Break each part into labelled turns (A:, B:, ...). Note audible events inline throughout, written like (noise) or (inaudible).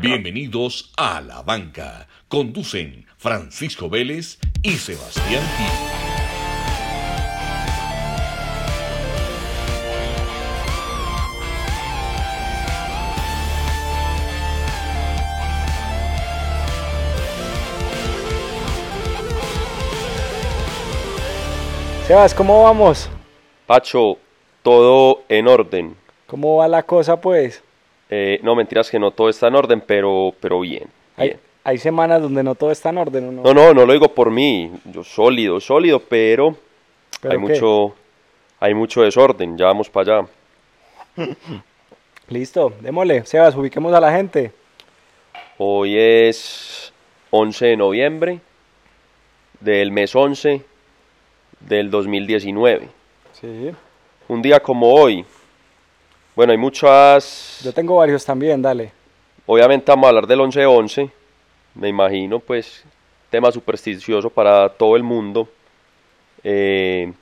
A: Bienvenidos a La Banca. Conducen Francisco Vélez y Sebastián Pi.
B: Sebas, ¿cómo vamos?
C: Pacho, todo en orden.
B: ¿Cómo va la cosa, pues?
C: Eh, no, mentiras que no todo está en orden, pero, pero bien.
B: Hay,
C: bien.
B: hay semanas donde no todo está en orden, ¿o ¿no?
C: No, no, no lo digo por mí. Yo sólido, sólido, pero,
B: ¿Pero
C: hay
B: qué?
C: mucho, hay mucho desorden. Ya vamos para allá.
B: Listo, démosle. Sebas, ubiquemos a la gente.
C: Hoy es 11 de noviembre del mes 11 del 2019.
B: Sí.
C: Un día como hoy. Bueno, hay muchas.
B: Yo tengo varios también, dale.
C: Obviamente vamos a hablar del 11-11, me imagino, pues, tema supersticioso para todo el mundo. Eh,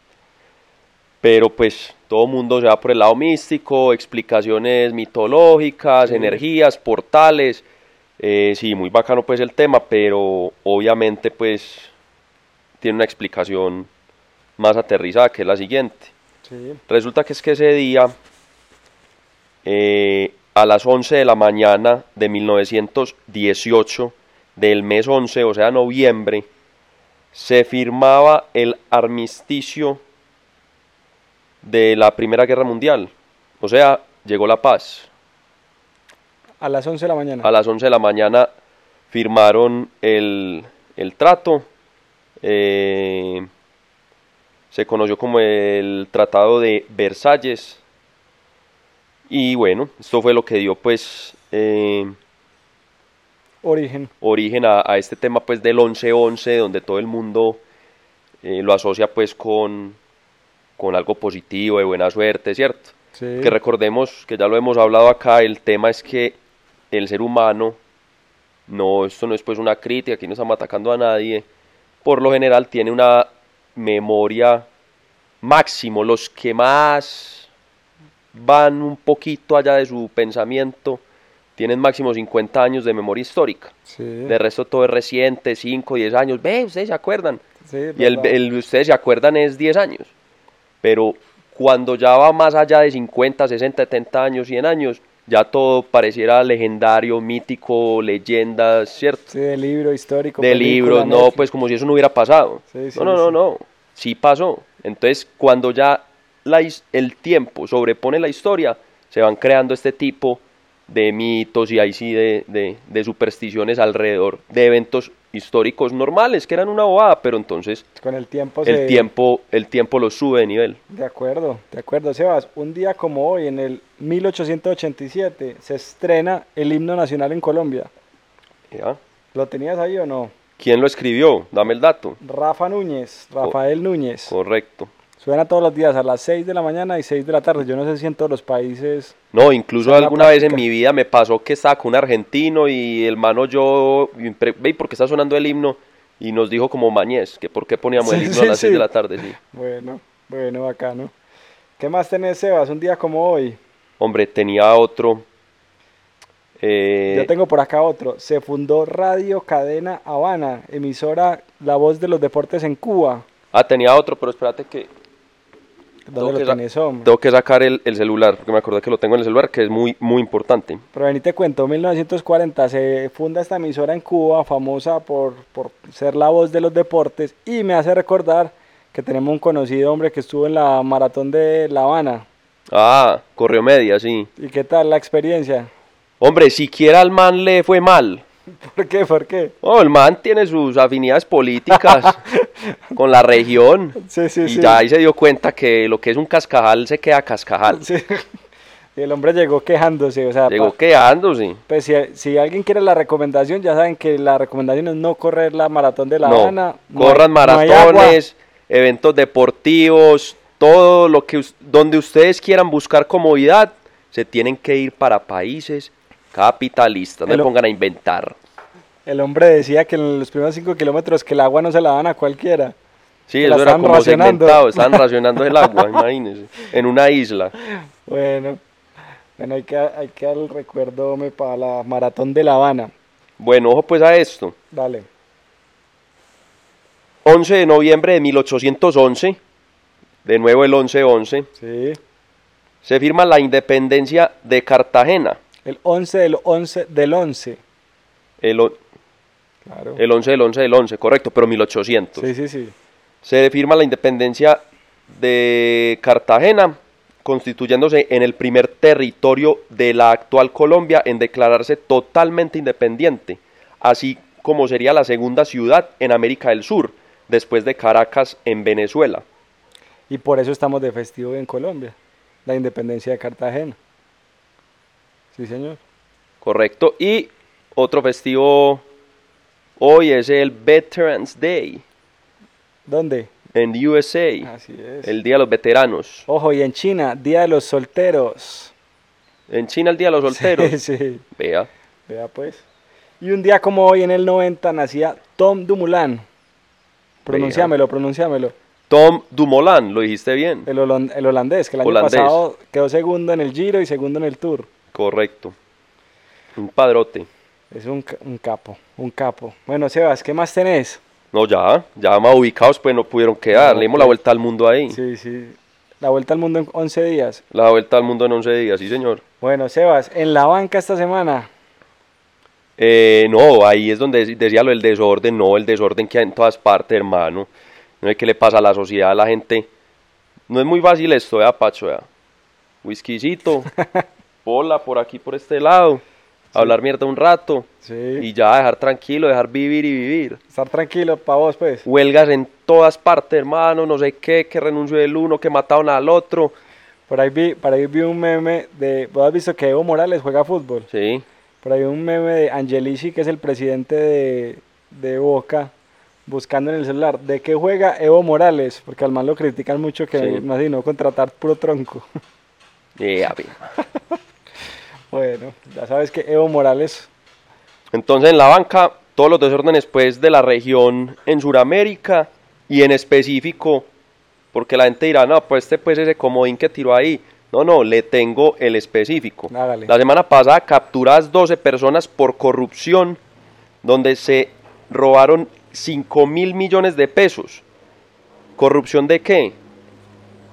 C: pero pues todo el mundo se va por el lado místico, explicaciones mitológicas, energías, portales. Eh, sí, muy bacano pues el tema, pero obviamente pues tiene una explicación más aterrizada que es la siguiente.
B: Sí.
C: Resulta que es que ese día, eh, a las 11 de la mañana de 1918, del mes 11, o sea, noviembre, se firmaba el armisticio de la Primera Guerra Mundial. O sea, llegó la paz.
B: A las 11 de la mañana.
C: A las 11 de la mañana firmaron el, el trato. eh, se conoció como el Tratado de Versalles. Y bueno, esto fue lo que dio pues eh,
B: Origen.
C: origen a, a este tema pues del 11-11, donde todo el mundo eh, lo asocia pues con, con algo positivo, de buena suerte, ¿cierto?
B: Sí.
C: Que recordemos que ya lo hemos hablado acá, el tema es que el ser humano, no, esto no es pues una crítica, aquí no estamos atacando a nadie, por lo general tiene una memoria máximo, los que más van un poquito allá de su pensamiento, tienen máximo 50 años de memoria histórica.
B: Sí.
C: De resto todo es reciente, 5, 10 años, ve, ustedes se acuerdan.
B: Sí,
C: Y el,
B: verdad.
C: el- ustedes se acuerdan es 10 años, pero cuando ya va más allá de 50, 60, 70 años, 100 años, ya todo pareciera legendario, mítico, leyenda, ¿cierto?
B: Sí, de libro histórico.
C: de
B: película,
C: libros, no,
B: Netflix.
C: pues como si eso no hubiera pasado.
B: Sí, sí,
C: no, no, no,
B: sí.
C: no, sí pasó. Entonces, cuando ya la his- el tiempo sobrepone la historia, se van creando este tipo de mitos y ahí sí de, de- de supersticiones alrededor de eventos históricos normales, que eran una bobada, pero entonces
B: Con el tiempo se...
C: el tiempo, el tiempo lo sube de nivel.
B: De acuerdo, de acuerdo, Sebas. Un día como hoy, en el 1887, se estrena el himno nacional en Colombia.
C: ¿ya?
B: ¿Lo tenías ahí o no?
C: ¿Quién lo escribió? Dame el dato.
B: Rafa Núñez, Rafael Núñez.
C: Correcto.
B: Suena todos los días a las 6 de la mañana y 6 de la tarde. Yo no sé si en todos los países.
C: No, incluso
B: Esa es la
C: alguna vez en
B: práctica.
C: mi vida me pasó que estaba con un argentino y el mano yo, y pre- ve, ¿por qué está sonando el himno? Y nos dijo como mañez, que por qué poníamos el
B: Sí,
C: himno
B: sí,
C: a las
B: sí.
C: 6 de la tarde. sí.
B: Bueno, bueno, bacano. ¿Qué más tenés, Sebas? Un día como hoy.
C: Hombre, tenía otro. eh,
B: Yo tengo por acá otro. Se fundó Radio Cadena Habana, emisora La Voz de los Deportes en Cuba.
C: Ah, tenía otro, pero espérate que
B: ¿Dónde lo
C: que sa-
B: tenés, hombre?
C: tengo que sacar el, el celular, porque me acordé que lo tengo en el celular, que es muy, muy importante.
B: Pero vení te cuento, 1940 se funda esta emisora en Cuba, famosa por, por ser la voz de los deportes, y me hace recordar que tenemos un conocido hombre que estuvo en la maratón de La Habana.
C: Ah, correo media, sí.
B: ¿Y qué tal la experiencia? (laughs)
C: Hombre, siquiera al man le fue mal.
B: ¿Por qué? ¿Por qué?
C: Oh, el man tiene sus
B: (laughs)
C: afinidades políticas con la región.
B: Sí, sí,
C: y
B: sí.
C: ya ahí se dio cuenta que lo que es un cascajal se queda cascajal.
B: (laughs) Sí. Y el hombre llegó quejándose, o sea,
C: Llegó
B: pa-
C: quedándose.
B: pues si, si alguien quiere la recomendación, ya saben que la recomendación es no correr la maratón de La
C: no,
B: Habana. no hay-
C: corran
B: no hay agua.
C: maratones, eventos deportivos, todo lo que us- donde ustedes quieran buscar comodidad, se tienen que ir para países capitalistas. No
B: El
C: le
B: o-
C: pongan a inventar.
B: El hombre decía que en los primeros 5 kilómetros que el agua no se la dan a cualquiera.
C: Sí,
B: que la
C: eso era
B: estaban
C: como
B: racionando. (laughs)
C: segmentado, estaban racionando el agua, imagínense, en una isla.
B: Bueno, Bueno, hay que, hay que dar el recuerdo hombre, para la maratón de La Habana.
C: Bueno, ojo pues a esto.
B: Dale.
C: 11 de noviembre de 1811, de nuevo el 11-11,
B: Sí.
C: se firma la independencia de Cartagena.
B: El 11 del 11 del 11.
C: El, o-
B: Claro.
C: el 11 del 11 del 11, correcto, pero 1800.
B: Sí, sí, sí.
C: Se firma la independencia de Cartagena, constituyéndose en el primer territorio de la actual Colombia en declararse totalmente independiente, así como sería la segunda ciudad en América del Sur, después de Caracas en Venezuela.
B: Y por eso estamos de festivo en Colombia. La independencia de Cartagena. Sí, señor.
C: Correcto. Y otro festivo hoy es el Veterans Day
B: ¿Dónde?
C: en the USA,
B: Así es.
C: el Día de los Veteranos.
B: Ojo, y en China, Día de los Solteros.
C: En China el Día de los Solteros.
B: Sí, (laughs) sí.
C: Vea,
B: Vea pues. Y un día como hoy, en el 90, nacía Tom Dumoulin. Pronunciámelo, pronunciámelo.
C: Tom Dumoulin, lo dijiste bien.
B: El, holan- el holandés, que el año
C: Holandés.
B: pasado quedó segundo en el Giro y segundo en el Tour.
C: Correcto. Un padrote.
B: Es un, ca- un capo, un capo. Bueno, Sebas, ¿qué más tenés?
C: No, ya, ya más ubicados, pues no pudieron quedar.
B: No,
C: Le dimos
B: pues.
C: la vuelta al mundo ahí.
B: Sí, sí. La vuelta al mundo en 11 días.
C: La vuelta al mundo en 11 días, sí, señor.
B: Bueno, Sebas, en la banca esta semana.
C: Eh, no, ahí es donde dec- decía lo del desorden, no, el desorden que hay en todas partes, hermano. No es que le pasa a la sociedad, a la gente. No es muy fácil esto, ¿eh, Pacho? ¿eh? Whiskycito, pola por aquí, por este lado, hablar mierda un rato
B: Sí.
C: y ya dejar tranquilo, dejar vivir y vivir.
B: Estar tranquilo para vos, pues.
C: Huelgas en todas partes, hermano, no sé qué, que renunció el uno, que mataron al otro.
B: Por ahí vi, por ahí vi un meme de. ¿Vos has visto que Evo Morales juega fútbol?
C: Sí,
B: Por ahí un meme de Angelici, que es el presidente de, de Boca, buscando en el celular. ¿De qué juega Evo Morales? Porque al man lo critican mucho que
C: Sí.
B: más no contratar puro tronco. (laughs)
C: eh, a ver.
B: bueno, ya sabes que Evo Morales.
C: Entonces en la banca, todos los desórdenes pues de la región en Sudamérica y en específico, porque la gente dirá, no, pues este pues ese comodín que tiró ahí. No, no, le tengo el específico.
B: Hágale.
C: La semana pasada capturas 12 personas por corrupción, donde se robaron 5 mil millones de pesos. ¿Corrupción de qué?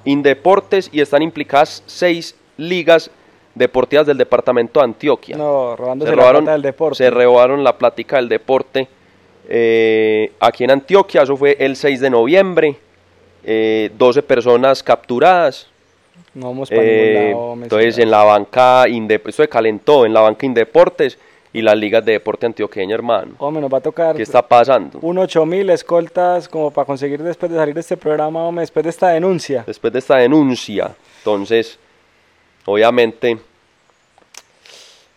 C: Indeportes y están implicadas seis ligas deportivas del departamento de Antioquia
B: No, robándose
C: se
B: la
C: robaron,
B: plata del deporte.
C: se robaron la plática del deporte eh, aquí en Antioquia, eso fue el 6 de noviembre, eh, 12 personas capturadas,
B: no vamos para ningún
C: eh,
B: lado, hombre,
C: entonces
B: señor.
C: en la banca, Inde- esto se calentó en la banca Indeportes y las ligas de deporte antioqueña, hermano,
B: Hombre, nos va a tocar
C: ¿qué está pasando?
B: un 8000 escoltas como para conseguir después de salir de este programa, hombre, después de esta denuncia.
C: Después de esta denuncia, entonces, obviamente,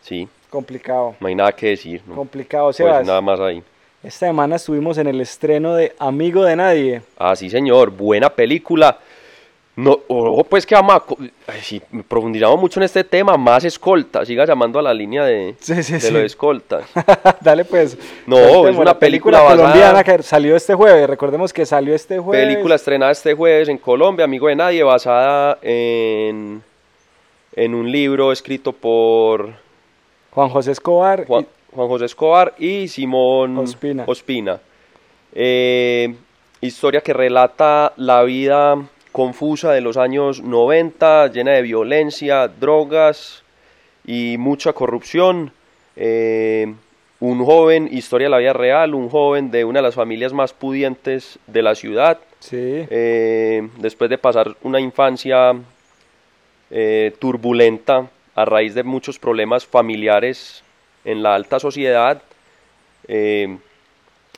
C: sí,
B: Complicado,
C: no hay nada que decir, no
B: complicado,
C: puedo decir
B: Sebas.
C: Mm. Pues nada más ahí.
B: Esta semana estuvimos en el estreno de Amigo de Nadie.
C: Ah, sí, señor, buena película. No, ojo, pues que amaco. Ay, sí, profundizamos mucho en este tema, más escolta. Siga llamando a la línea de,
B: (laughs) Sí, sí,
C: de
B: sí.
C: lo
B: (laughs)
C: de escolta.
B: Dale pues.
C: No,
B: Cuénteme,
C: es una
B: la película,
C: película basada-
B: colombiana que salió este jueves. Recordemos que salió este jueves.
C: Película estrenada este jueves en Colombia, Amigo de Nadie, basada en, en un libro escrito por
B: Juan José Escobar.
C: Juan, Juan José Escobar y Simón
B: Ospina.
C: Eh, historia que relata la vida confusa de los años 90, llena de violencia, drogas y mucha corrupción. Eh, un joven, historia de la vida real, un joven de una de las familias más pudientes de la ciudad,
B: y- sí.
C: eh, después de pasar una infancia eh, turbulenta a raíz de muchos problemas familiares en la alta sociedad, eh,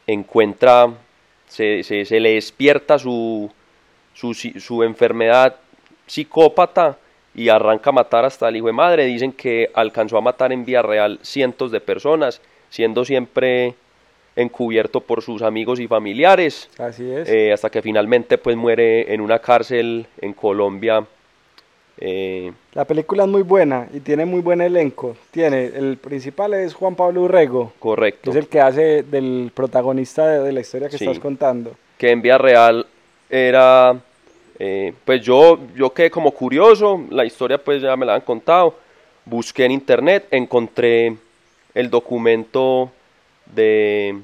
C: encuentra, se, se- se le despierta su, su, si- su enfermedad psicópata y arranca a matar hasta el hijo de madre. Dicen que alcanzó a matar en vía real cientos de personas, siendo siempre encubierto por sus amigos y familiares.
B: así es.
C: Eh, hasta que finalmente pues muere en una cárcel en Colombia. Eh,
B: la película es muy buena y tiene muy buen elenco. Tiene, el principal es Juan Pablo Urrego, que
C: correcto.
B: es el que hace del protagonista de, de la historia que
C: Sí.
B: estás contando.
C: Que en vía real era... eh, pues yo, yo quedé como curioso, la historia pues ya me la han contado. busqué en internet, encontré el documento de,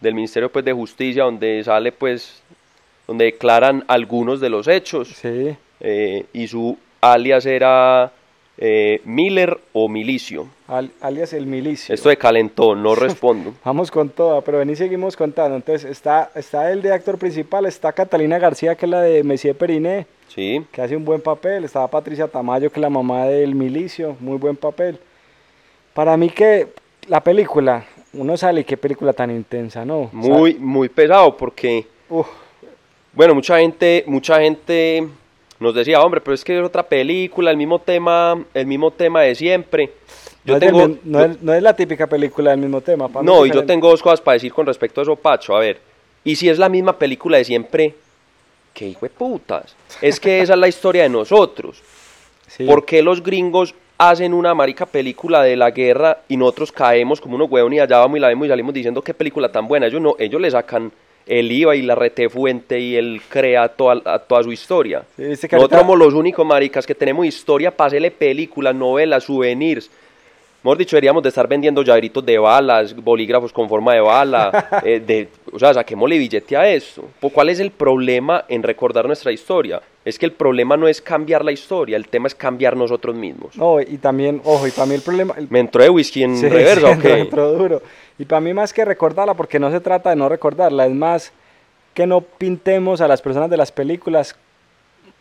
C: del Ministerio pues, de Justicia donde sale pues donde declaran algunos de los hechos
B: Sí.
C: eh, y su alias era eh, Miller o Milicio.
B: Al- alias el milicio.
C: Esto de
B: (laughs)
C: calentón, no respondo.
B: Vamos con toda, pero vení seguimos contando. Entonces está, está el de actor principal, está Catalina García, que es la de Messier Periné,
C: Sí,
B: que hace un buen papel. Estaba Patricia Tamayo, que es la mamá del milicio, muy buen papel. Para mí que la película, uno sale y qué película tan intensa, ¿no? O sea,
C: muy, muy pesado porque,
B: uf,
C: bueno, mucha gente, mucha gente nos decía, hombre, pero es que es otra película, el mismo tema, el mismo tema de siempre.
B: no,
C: Yo
B: es del
C: tengo,
B: mi- no es, no es la típica película del mismo tema. para mí
C: No,
B: que
C: y yo
B: Calen-
C: tengo dos cosas para decir con respecto a eso, Pacho. A ver, y si es la misma película de siempre, qué hijo de putas. Es que esa es la historia de nosotros.
B: Sí.
C: ¿Por qué los gringos hacen una marica película de la guerra y nosotros caemos como unos huevos y allá vamos y la vemos y salimos diciendo qué película tan buena? Ellos no, ellos le sacan el IVA y la rete fuente y el crea a toda, a toda su historia.
B: Sí, este viste que
C: Nosotros
B: ahorita-
C: somos los únicos maricas que tenemos historia, pasele películas, novelas, souvenirs. Mejor dicho, deberíamos de estar vendiendo llaveritos de balas, bolígrafos con forma
B: (laughs)
C: de bala. eh, de, o sea, saquémosle billete a esto. Po- ¿Cuál es el problema en recordar nuestra historia? Es que el problema no es cambiar la historia, el tema es cambiar nosotros mismos.
B: No, y también, ojo, y para mí el problema... el- (laughs)
C: ¿Me entró de whisky en
B: Sí,
C: reversa
B: sí,
C: o qué?
B: retro duro. Y para mí más que recordarla, porque no se trata de no recordarla, es más que no pintemos a las personas de las películas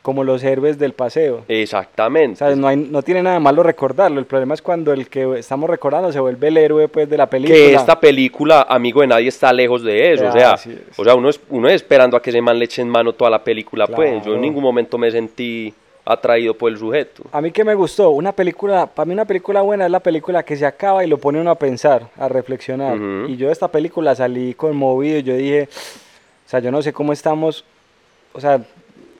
B: como los héroes del paseo. O
C: Exactamente.
B: sea, no, hay- no tiene nada de malo recordarlo, el problema es cuando el que estamos recordando se vuelve el héroe pues, de la película.
C: que esta película, amigo de nadie, está lejos de eso. o
B: Ah,
C: sea,
B: así es.
C: o sea uno, es, uno es esperando a que ese man le eche en mano toda la película. Pues yo
B: Claro. Pues,
C: en ningún momento me sentí atraído por el sujeto.
B: A mí que me gustó, una película, para mí una película buena es la película que se acaba y lo pone uno a pensar, a reflexionar.
C: Ujú.
B: Y yo de esta película salí conmovido y yo dije, o sea, yo no sé cómo estamos, o sea,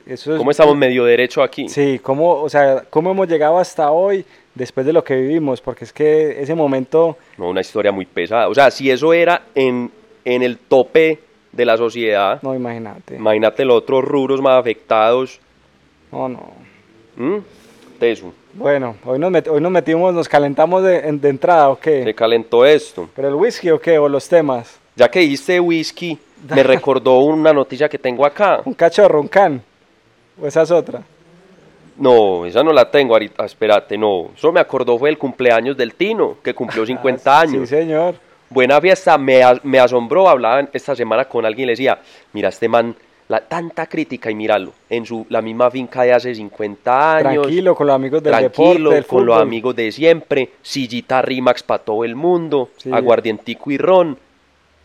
B: eso es...
C: ¿Cómo estamos medio derecho aquí?
B: pues, Sí, cómo, o sea, cómo hemos llegado hasta hoy después de lo que vivimos, porque es que ese momento,
C: No, una historia muy pesada. O sea, si eso era en, en el tope de la sociedad,
B: no imagínate.
C: imagínate los otros rubros más afectados.
B: No, no.
C: ¿Mm? Teso,
B: Bueno, hoy nos, met- hoy nos metimos, nos calentamos de, en- de entrada, ¿o qué?
C: se calentó esto.
B: ¿Pero el whisky o qué? ¿O los temas?
C: Ya que dijiste whisky,
B: (laughs)
C: me recordó una noticia que tengo acá.
B: ¿Un cachorro, un can? ¿O esa es otra?
C: No, esa no la tengo ahorita. Espérate, no. Eso me acordó fue el cumpleaños del Tino, que cumplió 50
B: Ah,
C: años.
B: Sí, señor.
C: Buena fiesta, me, a- me asombró, hablaba esta semana con alguien y le decía, mira este man, la, tanta crítica y míralo, en su, la misma finca de hace 50 años,
B: Tranquilo, con los amigos del
C: tranquilo,
B: deporte, del
C: con los
B: fútbol.
C: amigos de siempre, sillita Rimax para todo el mundo,
B: Sí.
C: aguardientico y ron.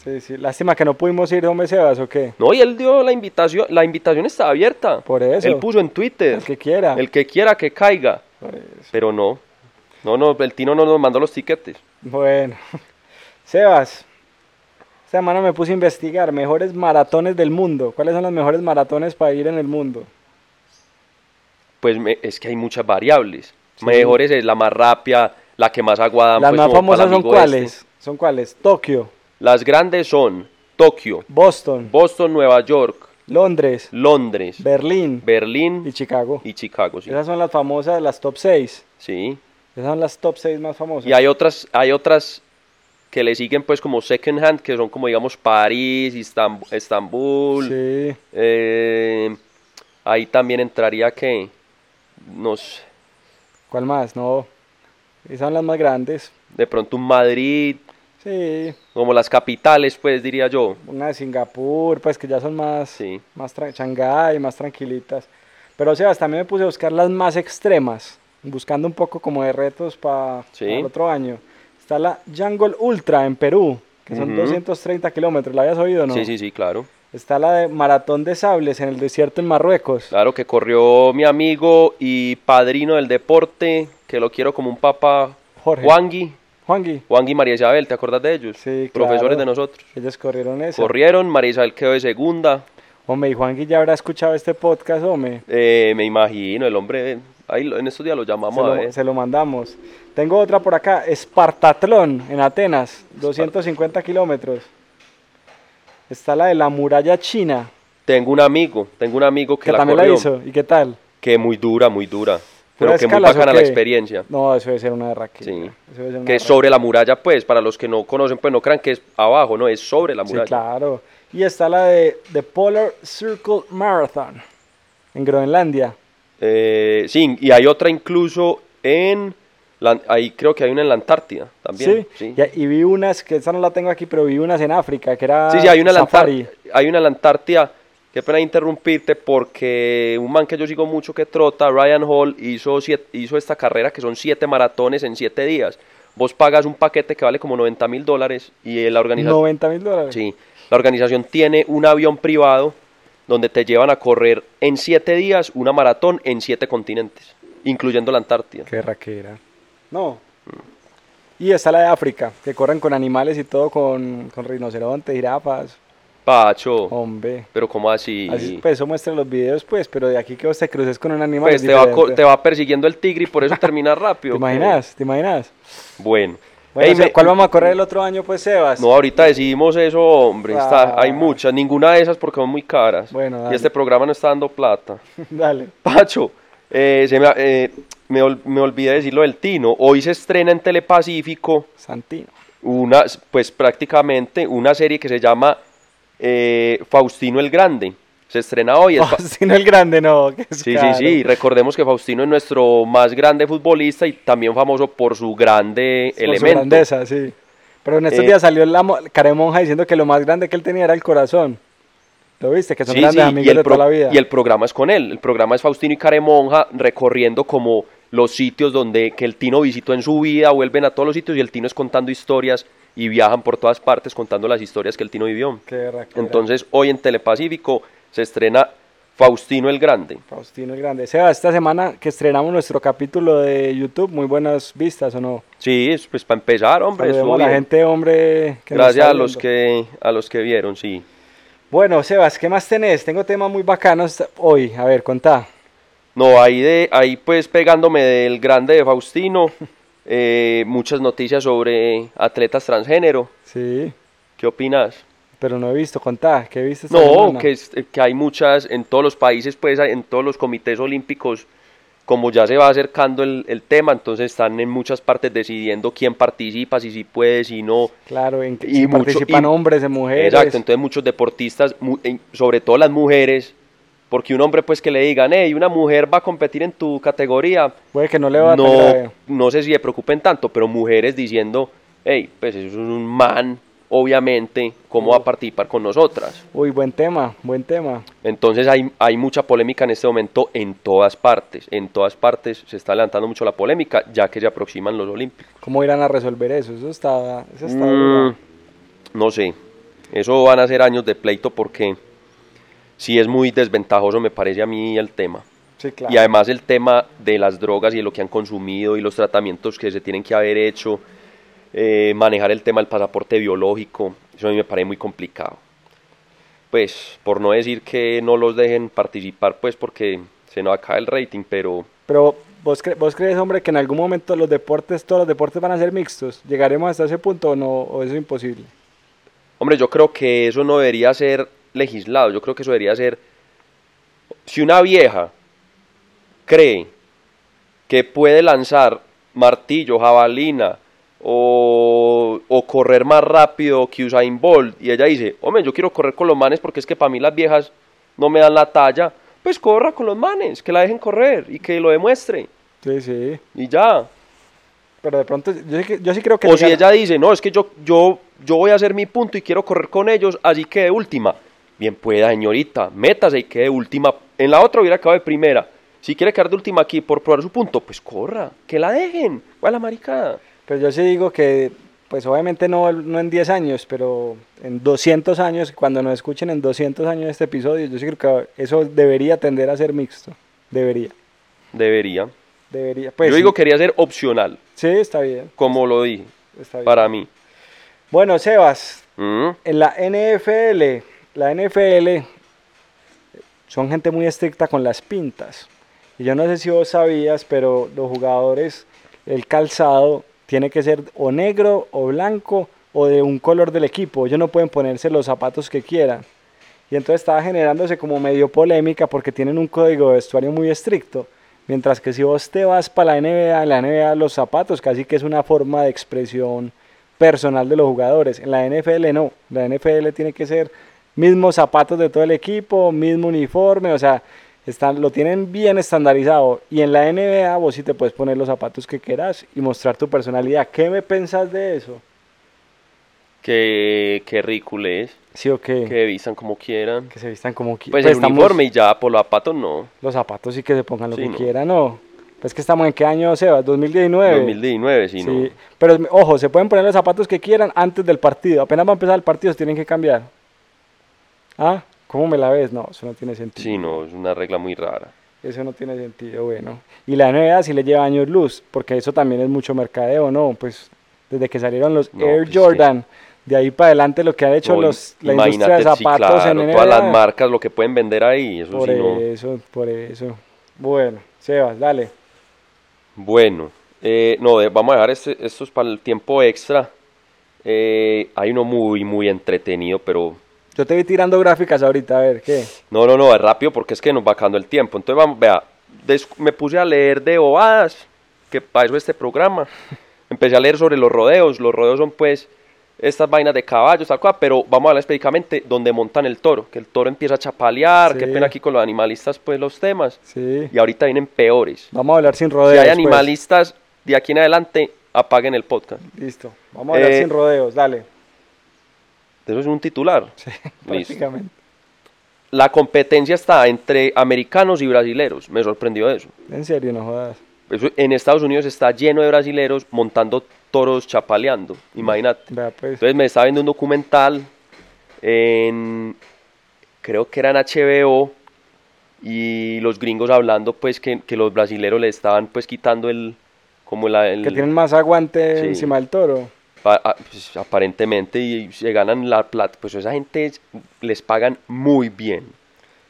B: Sí, sí. Lástima que no pudimos ir, hombre Sebas, ¿o qué?
C: No, y él dio la invitación, la invitación está abierta.
B: Por eso.
C: Él puso en Twitter,
B: El que quiera.
C: Pues,
B: Pues,
C: el que quiera que caiga,
B: Por eso.
C: pero no, no, no, el Tino no nos mandó los tiquetes.
B: Bueno, (laughs) Sebas, esta semana me puse a investigar mejores maratones del mundo. ¿Cuáles son los mejores maratones para ir en el mundo?
C: Pues me- es que hay muchas variables.
B: Sí.
C: Mejores es la más rápida, la que más aguada.
B: Las
C: pues,
B: más
C: como para
B: famosas
C: el
B: son
C: amigo este.
B: cuáles? Son cuáles? Tokio,
C: Las grandes son Tokio,
B: Boston,
C: Boston, Nueva York,
B: Londres,
C: Londres,
B: Berlín
C: Berlín
B: y Chicago.
C: y Chicago. Sí.
B: Esas son las famosas, las top 6.
C: Sí.
B: Esas son las top 6 más famosas.
C: Y hay otras, hay otras que le siguen pues como second hand, que son como digamos París, Istam- Estambul.
B: Sí.
C: eh, ahí también entraría que, no sé,
B: ¿Cuál más? No. Esas son las más grandes.
C: de pronto un Madrid,
B: Sí.
C: como las capitales pues diría yo.
B: Una de Singapur, pues que ya son más,
C: Sí.
B: más tran- Shanghái, más tranquilitas. Pero Sebas, también me puse a buscar las más extremas, buscando un poco como de retos pa-
C: Sí.
B: para el otro año. Está la Jungle Ultra en Perú, que son
C: Ujú.
B: 230 kilómetros, ¿la habías oído o no?
C: Sí, sí, sí, claro.
B: Está la de Maratón de Sables en el desierto en Marruecos.
C: Claro que corrió mi amigo y padrino del deporte, que lo quiero como un papá,
B: Jorge.
C: Juangui,
B: Juangui,
C: Juangui y María Isabel, ¿te acordás de ellos?
B: Sí,
C: Profesores
B: claro.
C: de nosotros.
B: ellos corrieron eso.
C: Corrieron, María Isabel quedó de segunda,
B: Hombre, y Juangui ya habrá escuchado este podcast, hombre.
C: eh, me imagino, el hombre, eh, ahí lo- en estos días lo
B: Se
C: llamamos a
B: lo,
C: ver.
B: se lo mandamos. Tengo otra por acá, Espartatlón, en Atenas, 250 kilómetros. Está la de la muralla china,
C: Tengo un amigo, tengo un amigo que,
B: que
C: la
B: también
C: corrió,
B: la hizo. ¿Y qué tal?
C: que muy dura, muy dura. pero que muy
B: escalas, ¿o
C: bacana la
B: qué?
C: experiencia.
B: No, eso debe ser una derraquilla.
C: Sí.
B: Eso debe ser una
C: Que es sobre la muralla, pues, para los que no conocen, pues no crean que es abajo, no, es sobre la
B: Sí,
C: muralla.
B: claro. Y está la de The Polar Circle Marathon en Groenlandia.
C: Eh, sí, y hay otra incluso en. la- ahí creo que hay una en la Antártida también.
B: Sí.
C: Sí,
B: Y, y vi unas, que esa no la tengo aquí, pero vi unas en África, que era
C: Sí, sí, hay una en la
B: safari.
C: Antártida. Hay una en la Antártida. Qué pena interrumpirte porque un man que yo sigo mucho que trota, Ryan Hall, hizo, siete- hizo esta carrera que son siete maratones en siete días. Vos pagas un paquete que vale como 90 mil dólares y eh, la organización.
B: 90 mil dólares.
C: Sí, la organización tiene un avión privado donde te llevan a correr en siete días una maratón en siete continentes, incluyendo la Antártida.
B: Qué raquera. No.
C: Mm.
B: Y está la de África, que corren con animales y todo, con, con rinocerontes, jirafas.
C: Pacho,
B: Hombre.
C: pero ¿cómo así?
B: Oh. Así, pues eso muestra los videos, pues, pero de aquí que vos te cruces con un animal.
C: Pues
B: es
C: te va, co-
B: diferente.
C: te va persiguiendo el tigre y por eso terminas
B: (laughs)
C: rápido.
B: ¿Te imaginas? ¿Te imaginas?
C: Bueno.
B: Bueno,
C: Ey,
B: o sea,
C: me-
B: ¿Cuál vamos a correr el otro año, pues, Sebas?
C: No, ahorita decidimos eso, hombre. está-
B: Ah.
C: hay muchas, ninguna de esas porque son muy caras.
B: Bueno, dale.
C: y este programa no está dando plata.
B: (laughs)
C: (laughs)
B: Dale.
C: Pacho, eh, se me, eh, me, ol- me olvidé decirlo del Tino. Hoy se estrena en Telepacífico
B: Santino.
C: una, pues prácticamente una serie que se llama eh, Faustino el Grande. Se estrena
B: (laughs)
C: hoy. es fa-
B: Faustino el Grande, no. que es
C: sí,
B: Ah, caro.
C: sí, sí. Recordemos que Faustino es nuestro más grande futbolista y también famoso por su grande
B: Por su
C: elemento.
B: grandeza, sí. Pero en estos
C: Eh,
B: días salió la mo- Caremonja diciendo que lo más grande que él tenía era el corazón. ¿Lo viste? Que son
C: Sí,
B: grandes
C: sí,
B: amigos
C: y el
B: de toda
C: pro-
B: la vida.
C: Y el programa es con él. El programa es Faustino y Caremonja recorriendo como los sitios donde que el Tino visitó en su vida, vuelven a todos los sitios y el Tino es contando historias y viajan por todas partes contando las historias que el Tino vivió.
B: Qué raquera.
C: Entonces, hoy en Telepacífico se estrena Faustino el Grande.
B: Faustino el Grande. Seba, esta semana que estrenamos nuestro capítulo de YouTube, muy buenas vistas, ¿o no?
C: Sí, es, pues para empezar, hombre, estuvo
B: Saludemos a la
C: bien.
B: gente, hombre. que nos
C: Gracias
B: está
C: a los
B: viendo.
C: que a los que vieron, sí.
B: Bueno, Sebas, ¿qué más tenés? Tengo temas muy bacanos hoy. A ver, contá.
C: No, ahí, de, ahí pues pegándome del grande
B: (laughs)
C: de Faustino, eh, muchas noticias sobre atletas transgénero.
B: Sí,
C: ¿Qué opinas?
B: pero no he visto. Contá, ¿qué viste esta
C: No,
B: semana?
C: que, es- eh, que hay muchas, en todos los países, pues hay- en todos los comités olímpicos, como ya se va acercando el, el tema, entonces están en muchas partes decidiendo quién participa, si sí puede, si no.
B: Claro, en que
C: y
B: si
C: mucho-
B: participan
C: y-
B: hombres y mujeres.
C: Exacto, entonces muchos deportistas, mu- en- sobre todo las mujeres, porque un hombre pues que le digan, hey, una mujer va a competir en tu categoría,
B: Puede que no le va a
C: no, no sé si se preocupen tanto, pero mujeres diciendo, hey, pues eso es un man, obviamente, ¿cómo va a participar con nosotras?
B: Uy, buen tema, buen tema.
C: Entonces hay, hay mucha polémica en este momento en todas partes. En todas partes se está levantando mucho la polémica ya que se aproximan los Olímpicos.
B: ¿Cómo irán a resolver eso? Eso está, eso está
C: Mm,
B: duro.
C: no sé. Eso van a ser años de pleito porque sí es muy desventajoso me parece a mí el tema.
B: Sí, claro.
C: Y además el tema de las drogas y de lo que han consumido y los tratamientos que se tienen que haber hecho, eh, manejar el tema del pasaporte biológico, eso a mí me parece muy complicado. Pues, por no decir que no los dejen participar, pues porque se nos acaba el rating, pero
B: Pero ¿vos, cre- vos crees, hombre, que en algún momento los deportes, todos los deportes van a ser mixtos. ¿Llegaremos hasta ese punto o no? ¿O eso es imposible?
C: Hombre, yo creo que eso no debería ser legislado, yo creo que eso debería ser... Si una vieja cree que puede lanzar martillo, jabalina o, o correr más rápido que Usain Bolt y ella dice, hombre, yo quiero correr con los manes porque es que para mí las viejas no me dan la talla, pues corra con los manes, que la dejen correr y que lo demuestre
B: Sí, sí.
C: y ya.
B: Pero de pronto, yo sí, que- yo sí creo que...
C: O si
B: llegan-
C: ella dice, no, es que yo, yo, yo voy a hacer mi punto y quiero correr con ellos, así que de última. Bien pueda, señorita, métase y quede de última. En la otra hubiera acabado de primera. Si quiere quedar de última aquí por probar su punto, pues corra, que la dejen. Va la maricada.
B: Pero yo sí digo que, pues obviamente no, no en 10 años, pero en 200 años, cuando nos escuchen en 200 años este episodio, yo sí creo que eso debería tender a ser mixto. Debería.
C: Debería.
B: Debería. Pues
C: yo
B: sí.
C: digo que quería ser opcional,
B: Sí, está bien.
C: como lo dije,
B: Está bien.
C: para mí.
B: Bueno, Sebas,
C: Mm,
B: en la NFL, la NFL son gente muy estricta con las pintas. Y yo no sé si vos sabías, pero los jugadores, el calzado tiene que ser o negro o blanco o de un color del equipo. Ellos no pueden ponerse los zapatos que quieran. Y entonces estaba generándose como medio polémica porque tienen un código de vestuario muy estricto. Mientras que si vos te vas para la NBA, en la NBA los zapatos casi que es una forma de expresión personal de los jugadores. En la NFL no, la NFL tiene que ser mismos zapatos de todo el equipo, mismo uniforme, o sea, están, lo tienen bien estandarizado. Y en la NBA vos sí te puedes poner los zapatos que quieras y mostrar tu personalidad. ¿Qué me pensás de eso?
C: Que, que ridículo es.
B: Sí o qué?
C: Que vistan como quieran.
B: Que se vistan como
C: Pues,
B: quieran.
C: el uniforme y ya, por los zapatos no.
B: Los zapatos sí que se pongan lo
C: Sí,
B: que
C: no.
B: quieran, ¿no? Pues que estamos en qué año, Sebas, 2019.
C: 2019, si no.
B: Pues, Sí, pero ojo, se pueden poner los zapatos que quieran antes del partido. Apenas va a empezar el partido, se tienen que cambiar. ¿Ah? ¿Cómo me la ves? No, eso no tiene sentido.
C: Sí, no, es una regla muy rara.
B: Eso no tiene sentido, bueno. Y la NBA sí le lleva años luz, porque eso también es mucho mercadeo, ¿no? Pues desde que salieron los
C: No,
B: Air
C: pues, sí.
B: Jordan, de ahí para adelante lo que han hecho
C: No,
B: los, la
C: imagínate,
B: industria de
C: sí,
B: zapatos
C: claro,
B: en NBA.
C: todas las marcas lo que pueden vender ahí, eso
B: por
C: sí no.
B: eso, por eso. Bueno, Sebas, dale.
C: Bueno, eh, no, de- vamos a dejar este- estos para el tiempo extra. Eh, hay uno muy, muy entretenido, pero
B: Yo te vi tirando gráficas ahorita, a ver, ¿qué?
C: no, no, no, es rápido porque es que nos va acabando el tiempo. Entonces vamos, vea, des- me puse a leer de bobadas, que para eso
B: (laughs)
C: este programa. Empecé a leer sobre los rodeos. Los rodeos son pues estas vainas de caballos, tal cual, pero vamos a hablar específicamente donde montan el toro, que el toro empieza a chapalear, qué
B: Sí.
C: pena aquí con los animalistas pues los temas.
B: Sí.
C: Y ahorita vienen peores.
B: Vamos a hablar sin
C: Si
B: rodeos.
C: hay
B: pues.
C: animalistas, de aquí en adelante, apaguen el podcast.
B: Listo. Vamos a hablar
C: Eh,
B: sin rodeos, dale.
C: Eso es un titular. Listo.
B: Prácticamente.
C: La competencia está entre americanos y brasileros. Me sorprendió eso.
B: En serio, no jodas.
C: Eso- En Estados Unidos está lleno de brasileros montando toros chapaleando. Imagínate.
B: Vea, pues.
C: Entonces me estaba viendo un documental en. Creo que era en HBO. Y los gringos hablando, pues, que, que los brasileros le estaban, pues, quitando el. Como la, el,
B: Que tienen más aguante
C: Sí.
B: encima del toro.
C: Pa- a- pues, aparentemente y se ganan la plata, pues esa gente es- les pagan muy bien.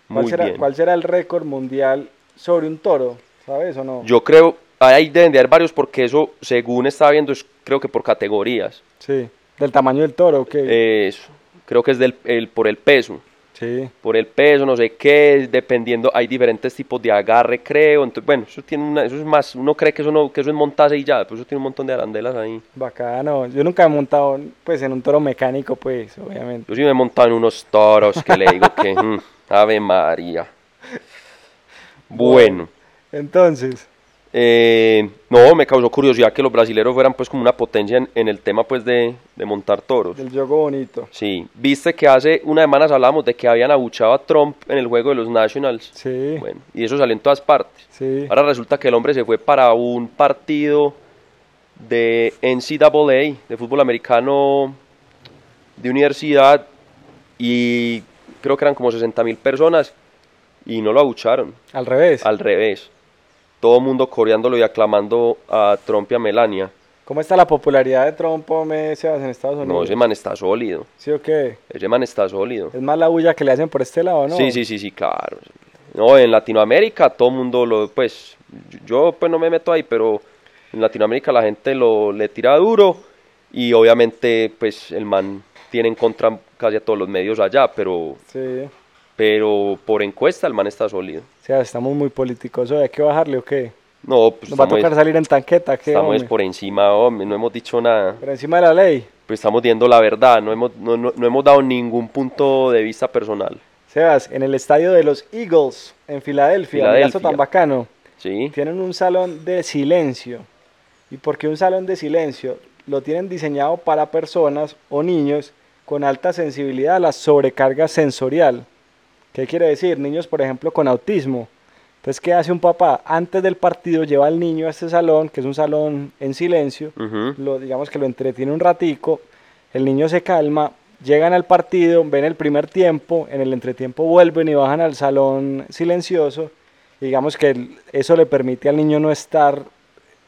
B: ¿Cuál,
C: Muy
B: será,
C: bien.
B: cuál será el récord mundial sobre un toro? ¿Sabes o no?
C: Yo creo, ahí deben de haber varios porque eso, según estaba viendo, es creo que por categorías.
B: Sí. ¿Del tamaño del toro? que
C: Eh, eso. creo que es del, el- por el peso.
B: Sí.
C: Por el peso, no sé qué, dependiendo, hay diferentes tipos de agarre, creo. Entonces, bueno, eso tiene una, eso es más, uno cree que eso no, que eso es montaje y ya, pero eso tiene un montón de arandelas ahí.
B: Bacano. Yo nunca he montado pues en un toro mecánico, pues, obviamente.
C: Yo sí me he montado en unos toros que le digo
B: (laughs)
C: que. mm, Ave María. Bueno.
B: Entonces,
C: eh, no, me causó curiosidad que los brasileros fueran pues como una potencia en, en el tema pues de, de montar toros.
B: del yogo bonito.
C: Sí. Viste que hace unas semanas hablábamos de que habían abuchado a Trump en el juego de los Nationals.
B: Sí.
C: Bueno, y eso salió en todas partes.
B: Sí.
C: Ahora resulta que el hombre se fue para un partido de NCAA, de fútbol americano de universidad, y creo que eran como 60 mil personas, y no lo abucharon,
B: Al revés.
C: al revés. Todo el mundo coreándolo y aclamando a Trump y a Melania.
B: ¿Cómo está la popularidad de Trump, hombre, Sebas, en Estados
C: No,
B: Unidos?
C: ese man está sólido,
B: ¿Sí o qué?
C: ese man está sólido.
B: Es más la bulla que le hacen por este lado, ¿no?
C: Sí, sí, sí, sí, claro. No, en Latinoamérica todo el mundo lo, pues, yo pues no me meto ahí, pero en Latinoamérica la gente lo le tira duro y obviamente pues el man tiene en contra casi a todos los medios allá, pero,
B: Sí.
C: pero por encuesta el man está sólido.
B: O sea, estamos muy políticos. hoy, ¿Hay que bajarle o qué?
C: No, pues
B: Nos va a
C: estamos,
B: tocar salir en tanqueta, ¿qué?
C: estamos
B: hombre?
C: por encima, hombre, no hemos dicho nada,
B: Por encima de la ley.
C: pues estamos viendo la verdad, no hemos, no, no- no hemos dado ningún punto de vista personal,
B: Sebas, en el estadio de los Eagles, en Filadelfia, mira eso
C: Filadelfia.
B: tan bacano.
C: ¿sí?
B: Tienen un salón de silencio. ¿Y por qué un salón de silencio? Lo tienen diseñado para personas o niños con alta sensibilidad a la sobrecarga sensorial. ¿Qué quiere decir? Niños, por ejemplo, con autismo. Entonces, ¿qué hace un papá? Antes del partido lleva al niño a este salón, que es un salón en silencio,
C: Ujú.
B: lo, digamos que lo entretiene un ratico, el niño se calma, llegan al partido, ven el primer tiempo, en el entretiempo vuelven y bajan al salón silencioso, y digamos que el- eso le permite al niño no estar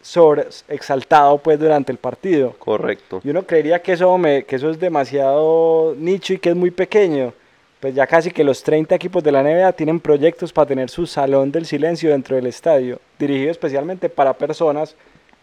B: sobre, exaltado pues durante el partido.
C: Correcto.
B: Y uno creería que eso, me- que eso es demasiado nicho y que es muy pequeño. Pues ya casi que los 30 equipos de la NBA tienen proyectos para tener su salón del silencio dentro del estadio, dirigido especialmente para personas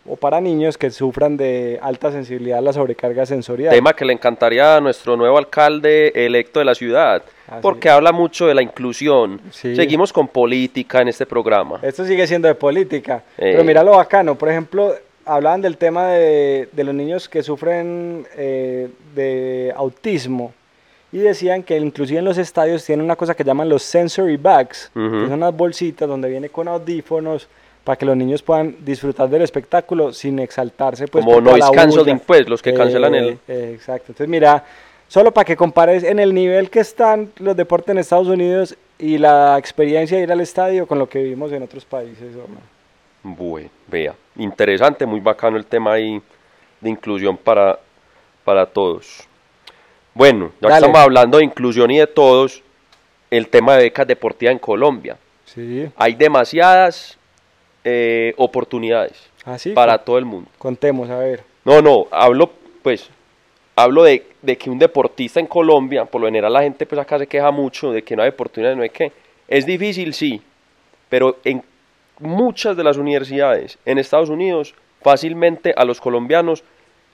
B: o para niños que sufran de alta sensibilidad a la sobrecarga sensorial.
C: Tema que le encantaría a nuestro nuevo alcalde electo de la ciudad,
B: Así
C: porque habla mucho de la inclusión.
B: Ah, Sí.
C: Seguimos con política en este programa.
B: Esto sigue siendo de política.
C: Eh.
B: Pero mira lo bacano, por ejemplo, hablaban del tema de, de los niños que sufren eh, de autismo y decían que inclusive en los estadios tienen una cosa que llaman los sensory bags,
C: Ujú.
B: que son unas bolsitas donde viene con audífonos para que los niños puedan disfrutar del espectáculo sin exaltarse. Pues,
C: Como
B: por toda
C: noise
B: la bulla.
C: canceling, pues, los que cancelan el-
B: eh, exacto. Entonces, mira, solo para que compares en el nivel que están los deportes en Estados Unidos y la experiencia de ir al estadio con lo que vivimos en otros países. hombre.
C: Bueno, vea, interesante, muy bacano el tema ahí de inclusión para, para todos. Bueno, ya que
B: Dale.
C: estamos hablando de inclusión y de todos, el tema de becas deportivas en Colombia.
B: Sí,
C: Hay demasiadas eh, oportunidades
B: así.
C: para
B: Ah, con-
C: todo el mundo.
B: Contemos, a ver.
C: No, no, hablo, pues, hablo de, de que un deportista en Colombia, por lo general la gente pues acá se queja mucho de que no hay oportunidades, no hay que. Es difícil, sí, pero en muchas de las universidades en Estados Unidos, fácilmente a los colombianos,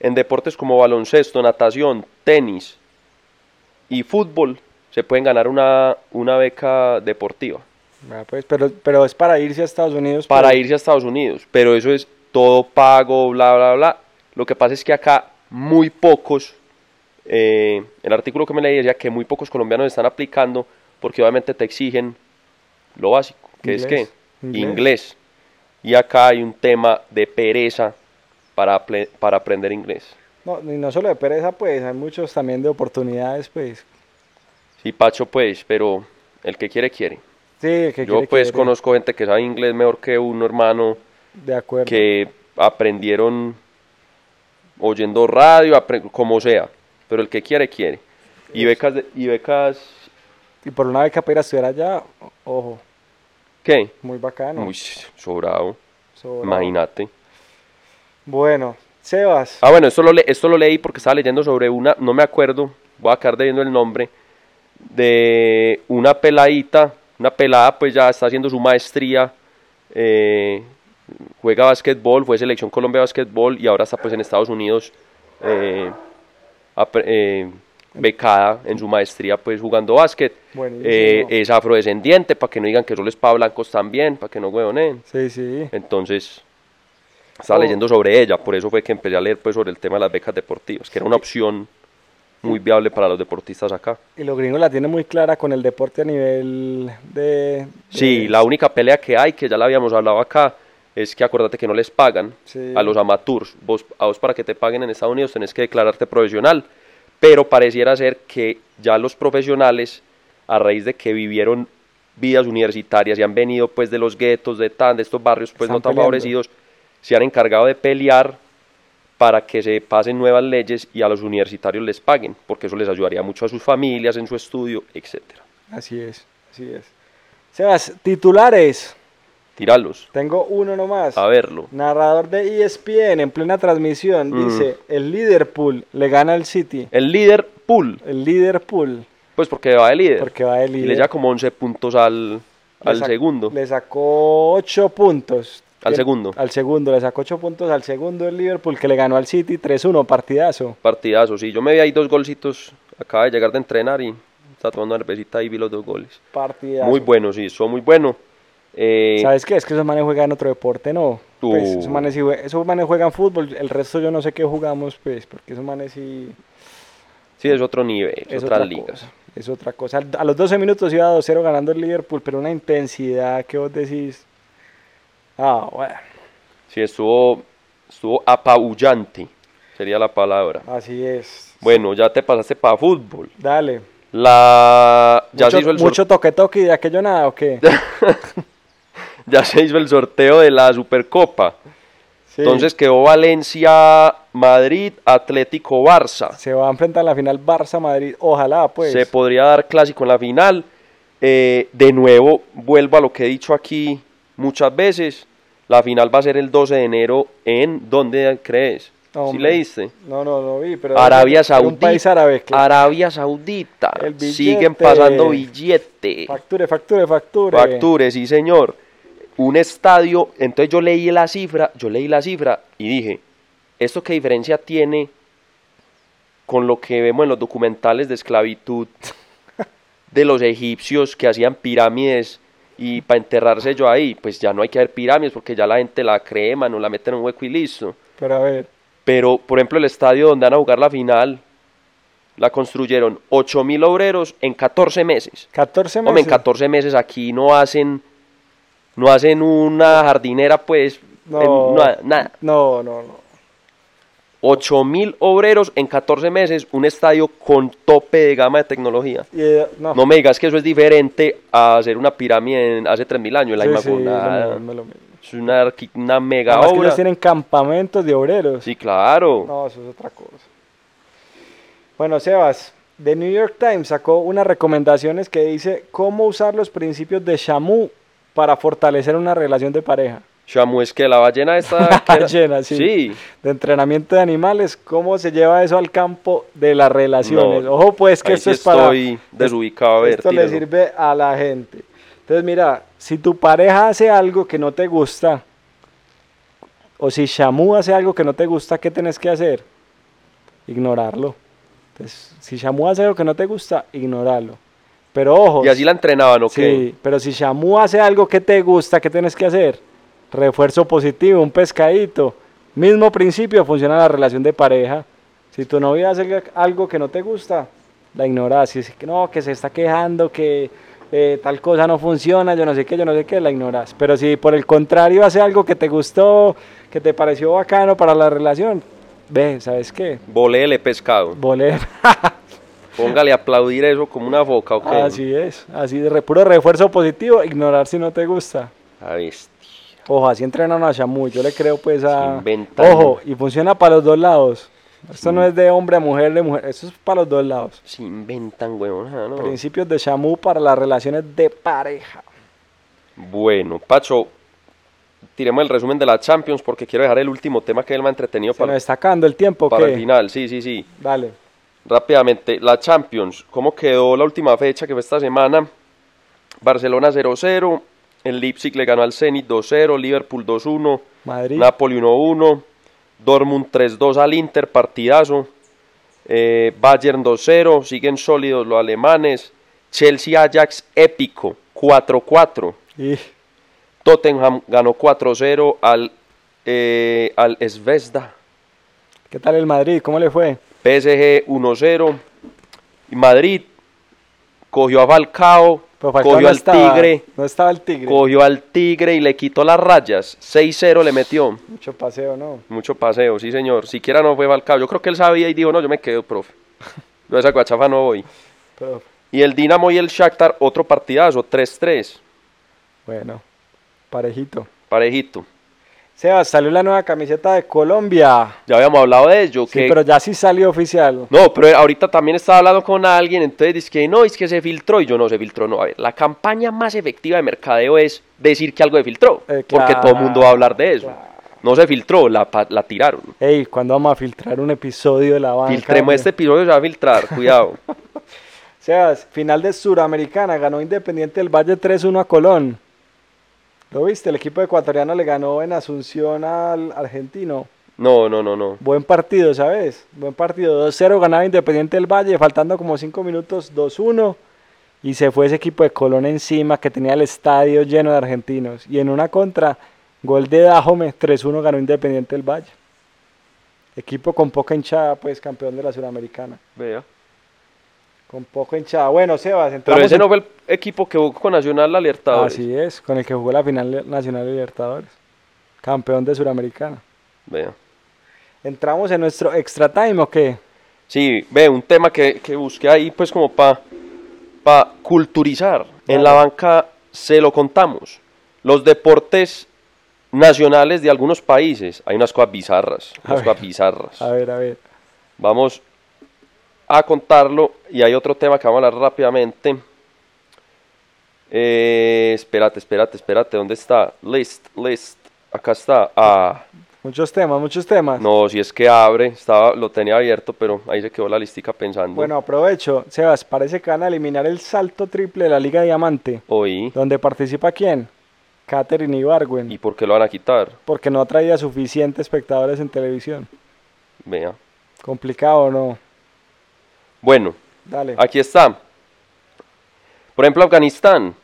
C: en deportes como baloncesto, natación, tenis y fútbol, se pueden ganar una, una beca deportiva
B: Vea, pues, pero, pero es para irse a Estados Unidos. pues.
C: para
B: pero-
C: irse a Estados Unidos, pero eso es todo pago, bla, bla, bla. Lo que pasa es que acá muy pocos, eh, el artículo que me leí decía que muy pocos colombianos están aplicando porque obviamente te exigen lo básico, que es que
B: Inglés, inglés.
C: inglés. Y acá hay un tema de pereza para, aple- para aprender inglés.
B: No, y no solo de pereza, pues, hay muchos también de oportunidades, pues.
C: Sí, Pacho, pues, pero el que quiere, quiere.
B: Sí, el que
C: Yo
B: quiere,
C: pues
B: quiere.
C: conozco gente que sabe inglés mejor que uno, hermano.
B: De acuerdo.
C: que aprendieron oyendo radio, apre- como sea, pero el que quiere, quiere. Y becas, de- y becas
B: Y por una beca para ir a estudiar allá, o- ojo,
C: ¿qué?
B: muy bacano.
C: Muy s- sobrado,
B: Sobrado.
C: imagínate.
B: Bueno, Sebas.
C: Ah, bueno, esto lo, le- esto lo leí porque estaba leyendo sobre una, no me acuerdo, voy a quedar debiendo el nombre, de una peladita, una pelada pues ya está haciendo su maestría, eh, juega básquetbol, fue selección Colombia de básquetbol y ahora está pues en Estados Unidos eh, apre- eh, becada en su maestría pues jugando básquet.
B: Buenísimo.
C: Eh, es afrodescendiente, para que no digan que solo es para blancos también, para que no huevonen.
B: Sí, sí.
C: Entonces, estaba
B: Oh.
C: leyendo sobre ella, por eso fue que empecé a leer pues, sobre el tema de las becas deportivas, que era una opción muy viable para los deportistas acá.
B: Y los gringos la tienen muy clara con el deporte a nivel de...
C: Sí,
B: de-
C: la única pelea que hay, que ya la habíamos hablado acá, es que acuérdate que no les pagan
B: Sí.
C: a los amateurs. Vos, a vos para que te paguen en Estados Unidos tenés que declararte profesional, pero pareciera ser que ya los profesionales, a raíz de que vivieron vidas universitarias y han venido pues de los guetos, de tan, de estos barrios pues
B: Están
C: no tan
B: peleando.
C: favorecidos, se han encargado de pelear para que se pasen nuevas leyes y a los universitarios les paguen, porque eso les ayudaría mucho a sus familias, en su estudio, etcétera.
B: Así es, así es. Sebas, titulares.
C: Tiralos,
B: Tengo uno nomás.
C: a verlo.
B: Narrador de E ESPN en plena transmisión
C: Mm.
B: dice, el Liverpool le gana al City.
C: El líder Pool,
B: El Liverpool,
C: pues porque va de líder.
B: porque va de
C: Y
B: líder.
C: le lleva como 11 puntos al,
B: Le
C: al
B: sac-
C: segundo.
B: Le sacó 8 puntos.
C: Al
B: El-
C: segundo.
B: Al segundo, le sacó 8 puntos al segundo el Liverpool que le ganó al City 3-1, partidazo.
C: Partidazo, sí. Yo me vi ahí dos golcitos. Acaba de llegar de entrenar y está tomando una cervecita y vi los dos goles.
B: Partidazo.
C: Muy bueno, sí, estuvo muy bueno. Eh,
B: ¿Sabes qué? Es que esos manes juegan otro deporte, ¿no?
C: Tú.
B: Pues, esos, manes sí jue- esos manes juegan fútbol, el resto yo no sé qué jugamos, pues, porque esos manes sí...
C: sí, es otro nivel,
B: Es
C: es
B: otra
C: otras ligas.
B: cosa. Es otra cosa. Al- A los 12 minutos iba 2-0 ganando el Liverpool, pero una intensidad que vos decís... Ah, bueno,
C: Sí, estuvo, estuvo apabullante, sería la palabra.
B: así es.
C: Bueno, ya te pasaste para fútbol.
B: Dale.
C: La... Ya,
B: mucho,
C: se hizo el
B: mucho toque-toque y de aquello nada, ¿o qué?
C: sorteo, ya se hizo el sorteo de la Supercopa.
B: Sí.
C: Entonces quedó Valencia, Madrid, Atlético, Barça.
B: Se va a enfrentar en la final Barça-Madrid. Ojalá, pues.
C: Se podría dar clásico en la final. Eh, de nuevo, vuelvo a lo que he dicho aquí muchas veces. La final va a ser el 12 de enero en ¿dónde crees?
B: No,
C: ¿Sí
B: hombre.
C: leíste?
B: No, no, no vi, pero...
C: Arabia
B: era
C: Saudita.
B: Un país árabe, claro.
C: Arabia Saudita.
B: El billete.
C: Siguen pasando billete.
B: Facture, facture, facture.
C: Facture, sí señor. Un estadio, entonces yo leí la cifra, yo leí la cifra y dije, ¿esto qué diferencia tiene con lo que vemos en los documentales de esclavitud de los egipcios que hacían pirámides y para enterrarse yo ahí, pues ya no hay que hacer pirámides porque ya la gente la crema, no la meten en un hueco y listo.
B: Pero a ver,
C: Pero, por ejemplo, el estadio donde van a jugar la final, la construyeron 8.000 obreros en 14 meses.
B: 14 meses.
C: Hombre, en 14 meses aquí no hacen, no hacen una jardinera, pues,
B: No.
C: en- na- nada.
B: No, no, no.
C: 8.000 obreros en 14 meses, un estadio con tope de gama de tecnología.
B: Y, eh, no.
C: No me digas que eso es diferente a hacer una pirámide en- hace 3.000 años, la
B: Sí,
C: misma
B: sí, lo
C: huevonada.
B: mismo, lo mismo.
C: Es una, arqui- una mega
B: Además que
C: obra.
B: ellos tienen campamentos de obreros.
C: Sí, claro.
B: No, eso es otra cosa. Bueno, Sebas, The New York Times sacó unas recomendaciones que dice cómo usar los principios de Shamu para fortalecer una relación de pareja.
C: Shamu es que la ballena
B: (laughs)
C: está...
B: Llena, sí.
C: Sí,
B: De entrenamiento de animales, cómo se lleva eso al campo de las relaciones.
C: No,
B: Ojo, pues que
C: ahí
B: esto
C: sí
B: es para.
C: estoy desubicado, a ver,
B: Esto le
C: tíralo.
B: sirve a la gente. Entonces, mira, si tu pareja hace algo que no te gusta, o si Shamu hace algo que no te gusta, ¿qué tienes que hacer? Ignorarlo. Entonces, si Shamu hace algo que no te gusta, ignóralo. Pero ojo.
C: Y así la entrenaban, ¿ok?
B: Sí, pero si Shamu hace algo que te gusta, ¿qué tienes que hacer? Refuerzo positivo, un pescadito. Mismo principio funciona la relación de pareja. Si tu novia hace algo que no te gusta, la ignoras. Si es que no, que se está quejando, que eh, tal cosa no funciona, yo no sé qué, yo no sé qué, la ignoras. Pero si por el contrario hace algo que te gustó, que te pareció bacano para la relación, ve, ¿sabes qué?
C: Voléele pescado.
B: Voler. (laughs)
C: Póngale a aplaudir eso como una boca, ¿ok?
B: Así es, así de re- puro refuerzo positivo, ignorar si no te gusta.
C: A bestia.
B: Ojo, así entrenan a Shamu, yo le creo pues a...
C: Inventan.
B: Ojo, y funciona para los dos lados. Esto no es de hombre a mujer, de mujer, esto es para los dos lados.
C: Se inventan, huevón. ¿no?
B: Principios de Shamu para las relaciones de pareja.
C: Bueno, Pacho, tiremos el resumen de la Champions porque quiero dejar el último tema que él me ha entretenido
B: Se nos
C: para,
B: está acabando el tiempo,
C: para el
B: ¿qué?
C: final. Sí, sí, sí.
B: Dale.
C: Rápidamente, la Champions. ¿Cómo quedó la última fecha que fue esta semana? Barcelona 0-0. El Leipzig le ganó al Zenit 2-0. Liverpool 2-1.
B: Madrid.
C: Napoli 1-1, Dortmund 3-2 al Inter, partidazo, eh, Bayern 2-0, siguen sólidos los alemanes, Chelsea-Ajax épico, 4-4,
B: Y
C: Tottenham ganó 4-0 al, eh, al Svezda,
B: ¿Qué tal el Madrid? ¿Cómo le fue?
C: PSG 1-0, y Madrid cogió a Falcao,
B: Pero Falcao
C: cogió
B: Pues no
C: al
B: estaba,
C: Tigre,
B: No estaba el Tigre.
C: cogió al Tigre y le quitó las rayas, 6-0 le metió.
B: Mucho paseo, ¿no?
C: Mucho paseo, sí señor. Siquiera no fue Balcao. Yo creo que él sabía y dijo, no, yo me quedo, profe. (laughs) Yo a esa guachafa no voy.
B: Pero,
C: Y el Dinamo y el Shakhtar, otro partidazo, 3-3,
B: bueno, parejito.
C: parejito.
B: Sebas, salió la nueva camiseta de Colombia.
C: Ya habíamos hablado de ello.
B: Sí,
C: que...
B: pero ya sí salió oficial.
C: No, pero ahorita también estaba hablando con alguien, entonces dice que no, es que se filtró. Y yo no, se filtró, no. A ver, la campaña más efectiva de mercadeo es decir que algo se filtró.
B: Eh,
C: porque todo el mundo va a hablar de eso.
B: claro.
C: No se filtró, la, pa- la tiraron.
B: Ey, ¿cuándo vamos a filtrar un episodio de la banca?
C: Filtremos
B: hombre?
C: este episodio, se va a filtrar, cuidado. (laughs)
B: Sebas, final de Suramericana, ganó Independiente del Valle 3-1 a Colón. ¿Lo viste? El equipo ecuatoriano le ganó en Asunción al argentino.
C: No, no, no, no.
B: Buen partido, ¿sabes? Buen partido. 2-0 ganaba Independiente del Valle, faltando como 5 minutos, 2-1. Y se fue ese equipo de Colón encima que tenía el estadio lleno de argentinos. Y en una contra, gol de Dajome, 3-1 ganó Independiente del Valle. Equipo con poca hinchada, pues campeón de la Suramericana.
C: Vea.
B: Con poca hinchada. Bueno, Sebas,
C: Pero
B: entramos
C: ese
B: en-
C: no fue el equipo que jugó con Nacional la Libertadores.
B: Así es, con el que jugó la final li- nacional de Libertadores, campeón de Suramericana.
C: Vea.
B: Entramos en nuestro extra time o qué?
C: Sí, ve, un tema que, que busqué ahí, pues como para culturizar. En
B: Dale.
C: la banca se lo contamos. Los deportes nacionales de algunos países, hay unas cosas bizarras.
B: A
C: unas
B: ver.
C: cosas bizarras.
B: A ver, a ver.
C: Vamos a contarlo y hay otro tema que vamos a hablar rápidamente. Eh, espérate, espérate, espérate. ¿Dónde está? List, list. Acá está. Ah.
B: Muchos temas, muchos temas.
C: No, si es que abre, estaba, lo tenía abierto, pero ahí se quedó la listica pensando.
B: Bueno, aprovecho. Sebas, parece que van a eliminar el salto triple de la Liga Diamante.
C: Oí.
B: ¿Dónde participa quién? Katherine
C: ¿Y
B: Ibargüen.
C: por qué lo van a quitar?
B: Porque no traía suficientes espectadores en televisión.
C: Vea.
B: Complicado, ¿no?
C: Bueno,
B: Dale.
C: aquí está. Por ejemplo, Afganistán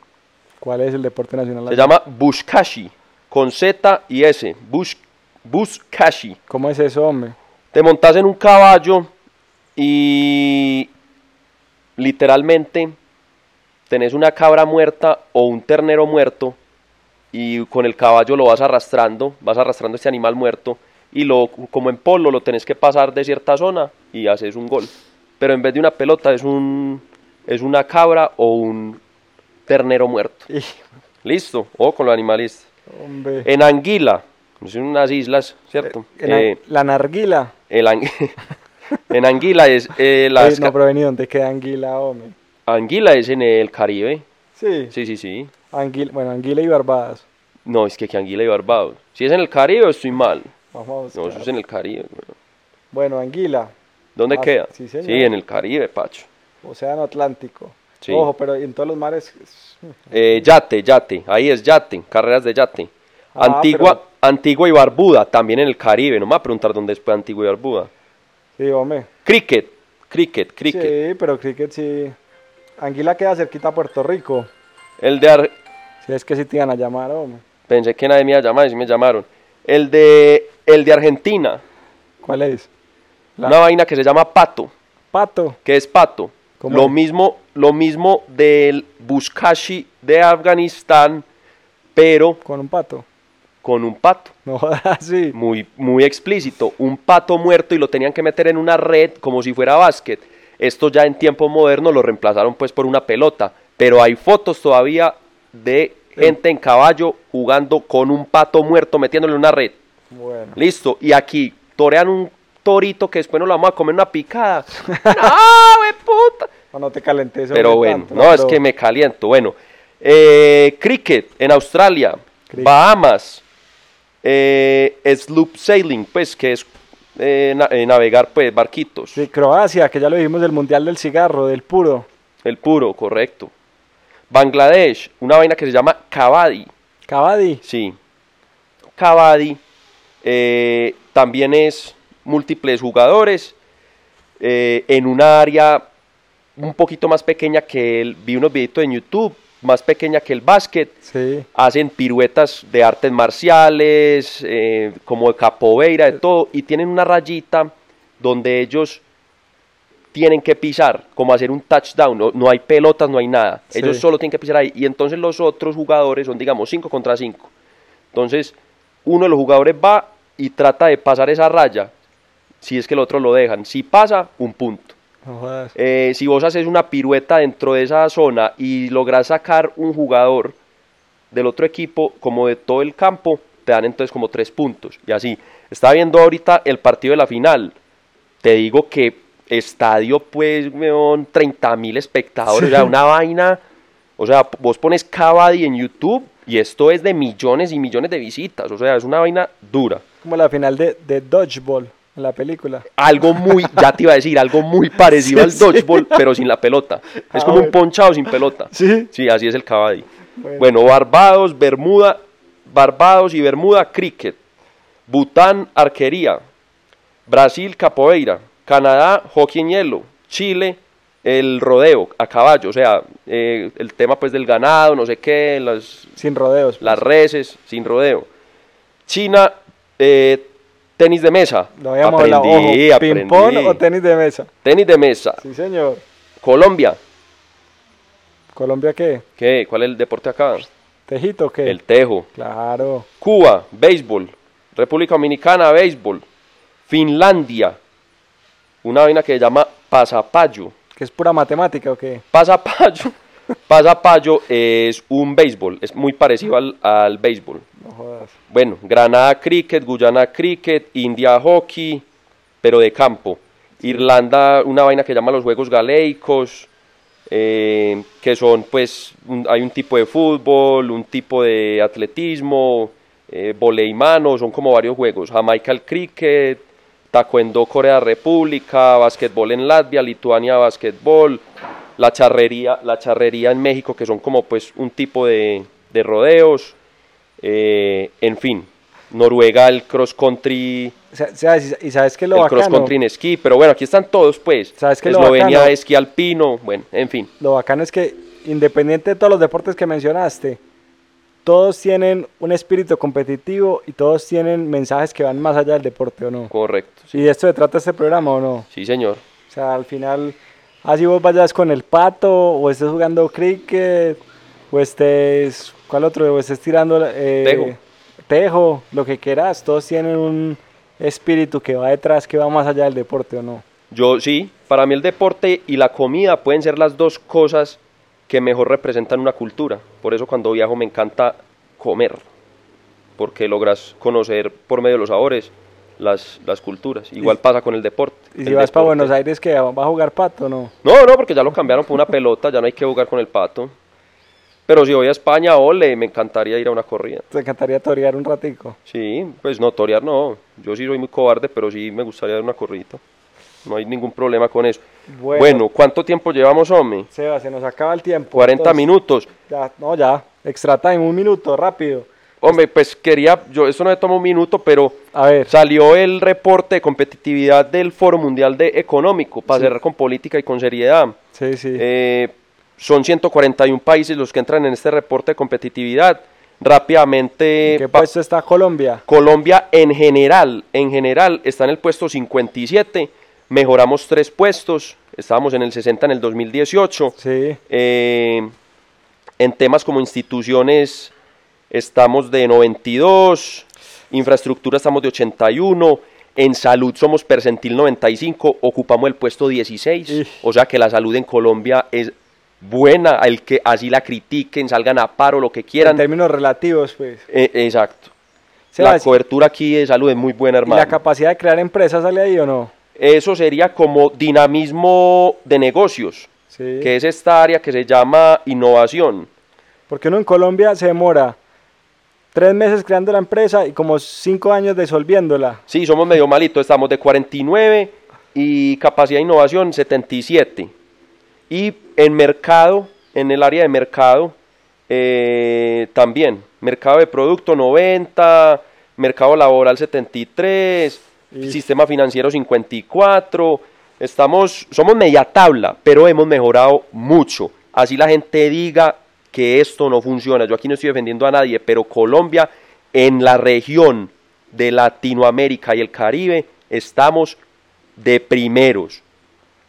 B: ¿Cuál es el deporte nacional?
C: se llama Bushkashi, con Z y S. Bush, Bushkashi.
B: ¿Cómo es eso, hombre? (laughs)
C: Te montas en un caballo y literalmente tenés una cabra muerta o un ternero muerto y con el caballo lo vas arrastrando, vas arrastrando este animal muerto y lo como en polo lo tenés que pasar de cierta zona y haces un gol. Pero en vez de una pelota es un es una cabra o un ternero muerto.
B: Ih,
C: Listo, o con los animalistas.
B: Hombre.
C: En Anguila, son unas islas, ¿cierto?
B: En la-
C: Eh,
B: la narguila.
C: el ang- (laughs) en Anguila es eh, las
B: Oye, no,
C: ca-
B: pero vení, ¿dónde queda Anguila, hombre?
C: Anguila es en el Caribe.
B: Sí.
C: Sí, sí, sí.
B: Anguila, bueno, Anguila y Barbadas.
C: No, es que, que Anguila y Barbados. Si es en el Caribe, estoy mal.
B: Vamos a
C: No,
B: buscar.
C: eso es en el Caribe. weón.
B: Bueno, Anguila,
C: ¿Dónde
B: Ah,
C: queda?
B: sí, señor.
C: en el Caribe, Pacho.
B: Océano Atlántico.
C: Sí.
B: Ojo, pero en todos los mares.
C: Eh, yate, yate. Ahí es yate. Carreras de yate.
B: Ah,
C: Antigua,
B: pero-
C: Antigua y Barbuda, también en el Caribe. No me va a preguntar dónde es pues, Antigua y Barbuda.
B: Sí, hombre.
C: Cricket, cricket, cricket.
B: Sí, pero cricket sí. Anguila queda cerquita a Puerto Rico.
C: El de Ar-
B: Si es que sí te iban a llamar, hombre.
C: Pensé que nadie me iba a llamar y sí me llamaron. El de, el de Argentina,
B: ¿Cuál es? La-
C: una vaina que se llama pato,
B: Pato.
C: que es pato.
B: ¿Cómo
C: Lo
B: es?
C: mismo, lo mismo del Buskashi de Afganistán, pero
B: Con un pato.
C: con un pato.
B: No (laughs) jodas, sí.
C: Muy, muy explícito. Un pato muerto y lo tenían que meter en una red como si fuera básquet. Esto ya en tiempo moderno lo reemplazaron pues por una pelota. Pero hay fotos todavía de gente en caballo jugando con un pato muerto metiéndole en una red.
B: Bueno.
C: Listo, y aquí torean un torito que después nos lo vamos a comer una
B: (laughs)
C: picada. ¡Ah, güey, puta!
B: No, no te calentes. hombre,
C: Pero bueno,
B: tanto,
C: no, es
B: pero-
C: que me caliento. Bueno, eh, cricket en Australia,
B: Cricket.
C: Bahamas, eh, sloop sailing, pues que es eh, na- eh, navegar pues barquitos.
B: Sí, Croacia, que ya lo dijimos del Mundial del Cigarro, del puro.
C: El puro, correcto. Bangladesh, una vaina que se llama kabaddi.
B: Cavadi.
C: Sí. Cavadi eh, también es múltiples jugadores eh, en una área un poquito más pequeña que el. Vi unos videitos en YouTube, más pequeña que el básquet.
B: Sí.
C: Hacen piruetas de artes marciales, eh, como de capoeira, de todo, y tienen una rayita donde ellos tienen que pisar, como hacer un touchdown, no, no hay pelotas, no hay nada,
B: Sí.
C: ellos solo tienen que pisar ahí, y entonces los otros jugadores son, digamos, 5 contra 5, entonces uno de los jugadores va y trata de pasar esa raya, si es que el otro lo dejan, si pasa, un punto.
B: No jodas.
C: Eh, si vos haces una pirueta dentro de esa zona y lográs sacar un jugador del otro equipo, como de todo el campo, te dan entonces como tres puntos. Y así, está viendo ahorita el partido de la final. Te digo que estadio, pues, weón, 30 mil espectadores, o sea, una vaina. O sea, p- vos pones Cavadi en YouTube y esto es de millones y millones de visitas. O sea, es una vaina dura.
B: Como la final de, de Dodgeball en la película.
C: Algo muy, ya te iba a decir, algo muy parecido
B: Sí,
C: al
B: sí.
C: dodgeball, pero sin la pelota. Es
B: Ah,
C: como
B: bueno.
C: un ponchado sin pelota.
B: Sí.
C: Sí, así es el cabadi.
B: Bueno.
C: Bueno. Barbados, Bermuda, Barbados y Bermuda, cricket. Bután, arquería. Brasil, capoeira. Canadá, hockey en hielo. Chile, el rodeo a caballo. O sea, eh, el tema pues del ganado, no sé qué, las,
B: Sin rodeos.
C: las reses, sin rodeo. China, eh, tenis de mesa.
B: Lo habíamos hablado. Ojo, ping-pong
C: aprendí.
B: o tenis de mesa.
C: Tenis de mesa.
B: Sí, señor.
C: Colombia.
B: ¿Colombia qué?
C: ¿Qué? ¿Cuál es el deporte acá?
B: ¿Tejito o qué?
C: El tejo.
B: Claro.
C: Cuba, béisbol. República Dominicana, béisbol. Finlandia, una vaina que se llama pasapayo.
B: ¿Que es pura matemática o qué?
C: Pasapayo, (laughs) pasapayo es un béisbol, es muy parecido al, al béisbol.
B: No jodas.
C: Bueno, Granada cricket, Guyana cricket, India hockey, pero de campo. Irlanda, una vaina que llama los Juegos Galéicos, eh, que son pues, un- hay un tipo de fútbol, un tipo de atletismo, eh, voleimano, son como varios juegos. Jamaica el cricket, taekwondo Corea República, basquetbol en Latvia, Lituania basquetbol, la charrería, la charrería en México, que son como pues un tipo de, de rodeos. Eh, en fin, Noruega, el cross country,
B: O sea, o sea, y y sabes que lo
C: el cross
B: bacano.
C: country en esquí, pero bueno, aquí están todos, pues.
B: ¿Sabes qué es lo
C: Eslovenia,
B: bacano?
C: esquí alpino, bueno, en fin.
B: Lo bacano es que independiente de todos los deportes que mencionaste, todos tienen un espíritu competitivo y todos tienen mensajes que van más allá del deporte, ¿o no?
C: Correcto.
B: ¿Y de esto se trata este programa, o no? O
C: Sí, señor.
B: sea, al final, así vos vayas con el pato, o estés jugando cricket, o estés, ¿cuál otro? O estés tirando... eh,
C: Tejo.
B: Tejo, lo que quieras, todos tienen un espíritu que va detrás, que va más allá del deporte, ¿o no?
C: Yo sí, para mí el deporte y la comida pueden ser las dos cosas que mejor representan una cultura. Por eso cuando viajo me encanta comer, porque logras conocer por medio de los sabores las, las culturas. Igual pasa con el deporte.
B: Y
C: El
B: si vas para
C: deporte-
B: Buenos Aires, que va a jugar pato, ¿no?
C: No, no, porque ya lo cambiaron por una pelota, ya no hay que jugar con el pato. Pero si voy a España, ole, me encantaría ir a una corrida.
B: Te encantaría torear un ratico.
C: Sí, pues no, torear no. Yo sí soy muy cobarde, pero sí me gustaría dar una corrida. No hay ningún problema con eso.
B: Bueno.
C: Bueno, ¿cuánto tiempo llevamos, hombre?
B: Seba, se nos acaba el tiempo.
C: 40
B: entonces,
C: minutos.
B: Ya, no, ya. Extra time, un minuto, rápido.
C: Hombre, pues quería, yo, esto no me toma un minuto, pero
B: A ver,
C: salió el reporte de competitividad del Foro Mundial de Económico, para
B: Sí.
C: cerrar con política y con seriedad.
B: sí, sí.
C: Eh, son 141 países los que entran en este reporte de competitividad. Rápidamente,
B: ¿En qué
C: va-
B: puesto está Colombia?
C: Colombia en general, en general está en el puesto 57, mejoramos tres puestos, estábamos en el 60 en el 2018.
B: Sí,
C: Eh, en temas como instituciones estamos de 92, infraestructura estamos de 81, en salud somos percentil 95, ocupamos el puesto 16,
B: Ij.
C: o sea que la salud en Colombia es buena, el que así la critiquen, salgan a paro, lo que
B: en
C: quieran.
B: términos relativos, pues.
C: Eh, exacto.
B: Sebas,
C: la cobertura aquí de salud es muy
B: ¿Y la
C: buena, hermano.
B: capacidad de crear empresas sale ahí o no?
C: Eso sería como dinamismo de negocios,
B: Sí.
C: que es esta área que se llama innovación.
B: Porque uno en Colombia se demora tres meses creando la empresa y como cinco años disolviéndola.
C: Sí, somos medio malitos, estamos de 49 y capacidad de innovación 77. Y en mercado, en el área de mercado, eh, también, mercado de producto 90, mercado laboral 73,
B: Y-
C: sistema financiero 54. Estamos, somos media tabla, pero hemos mejorado mucho. Así la gente diga que esto no funciona. Yo aquí no estoy defendiendo a nadie, pero Colombia en la región de Latinoamérica y el Caribe estamos de primeros.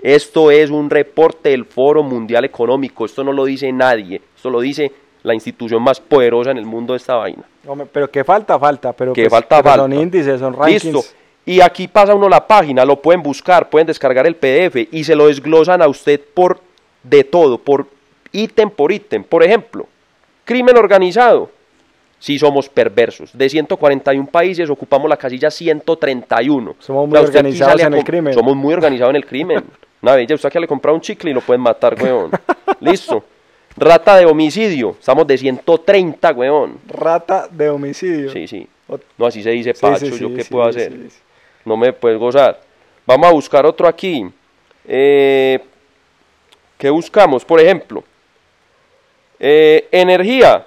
C: Esto es un reporte del Foro Mundial Económico. Esto no lo dice nadie. Esto lo dice la institución más poderosa en el mundo de esta vaina.
B: Hombre, pero que falta, falta. Pero,
C: Que
B: pues-
C: falta,
B: pero
C: falta.
B: Son índices, son rankings.
C: Listo. Y aquí pasa uno la página, lo pueden buscar, pueden descargar el PDF y se lo desglosan a usted por de todo, por ítem por ítem. Por ejemplo, crimen organizado. Si somos perversos. De 141 países ocupamos la casilla 131.
B: Somos muy
C: O sea, usted aquí
B: organizados
C: sale a
B: en el
C: com-
B: crimen.
C: Somos muy organizados en
B: (laughs)
C: el crimen. Una bella, usted que le compra un chicle y lo pueden matar, weón. Listo. Rata de homicidio. Estamos de 130, weón.
B: Rata de homicidio.
C: Sí, sí.
B: O-
C: No, así se dice
B: Sí,
C: Pacho,
B: sí,
C: ¿yo
B: sí,
C: qué
B: sí,
C: puedo
B: sí,
C: hacer?
B: sí, sí.
C: No me puedes gozar. Vamos a buscar otro aquí. Eh, ¿Qué buscamos? Por ejemplo, eh, energía.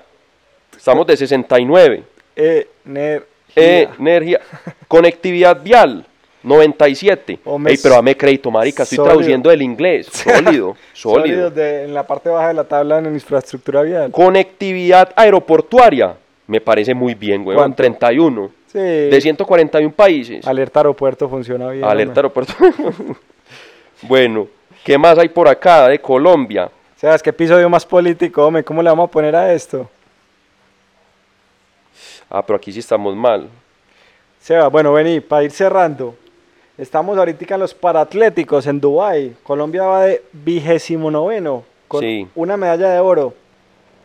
C: Estamos de 69.
B: Energía.
C: Eh, energía. Conectividad vial, 97.
B: Hombre,
C: Ey, pero dame crédito, marica, estoy
B: sólido.
C: traduciendo
B: (laughs)
C: del inglés. Sólido, sólido.
B: Sólidos de- en la parte baja de la tabla en infraestructura vial.
C: Conectividad aeroportuaria. Me parece muy bien, weón.
B: ¿Cuánto?
C: 31.
B: Sí.
C: De 141 países.
B: Alerta aeropuerto funciona bien.
C: Alerta
B: hombre.
C: aeropuerto. (laughs) bueno, ¿qué más hay por acá de Colombia?
B: Sebas, qué episodio más político, hombre. ¿Cómo le vamos a poner a esto?
C: Ah, pero aquí sí estamos mal.
B: Sebas, bueno, vení, para ir cerrando. Estamos ahorita en los paratléticos en Dubái. Colombia va de vigésimo noveno con
C: Sí.
B: una medalla de oro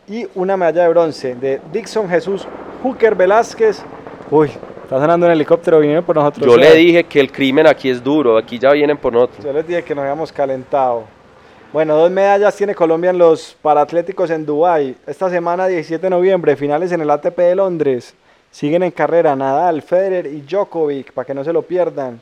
B: y una medalla de bronce de Dixon Jesús Hooker Velázquez. Uy, está sonando un helicóptero, vinieron por nosotros.
C: Yo le
B: Sebas.
C: dije que el crimen aquí es duro, aquí ya vienen por nosotros.
B: Yo les dije que nos habíamos calentado. Bueno, dos medallas tiene Colombia en los Paratléticos en Dubái. Esta semana, 17 de noviembre, finales en el ATP de Londres. Siguen en carrera Nadal, Federer y Djokovic, para que no se lo pierdan.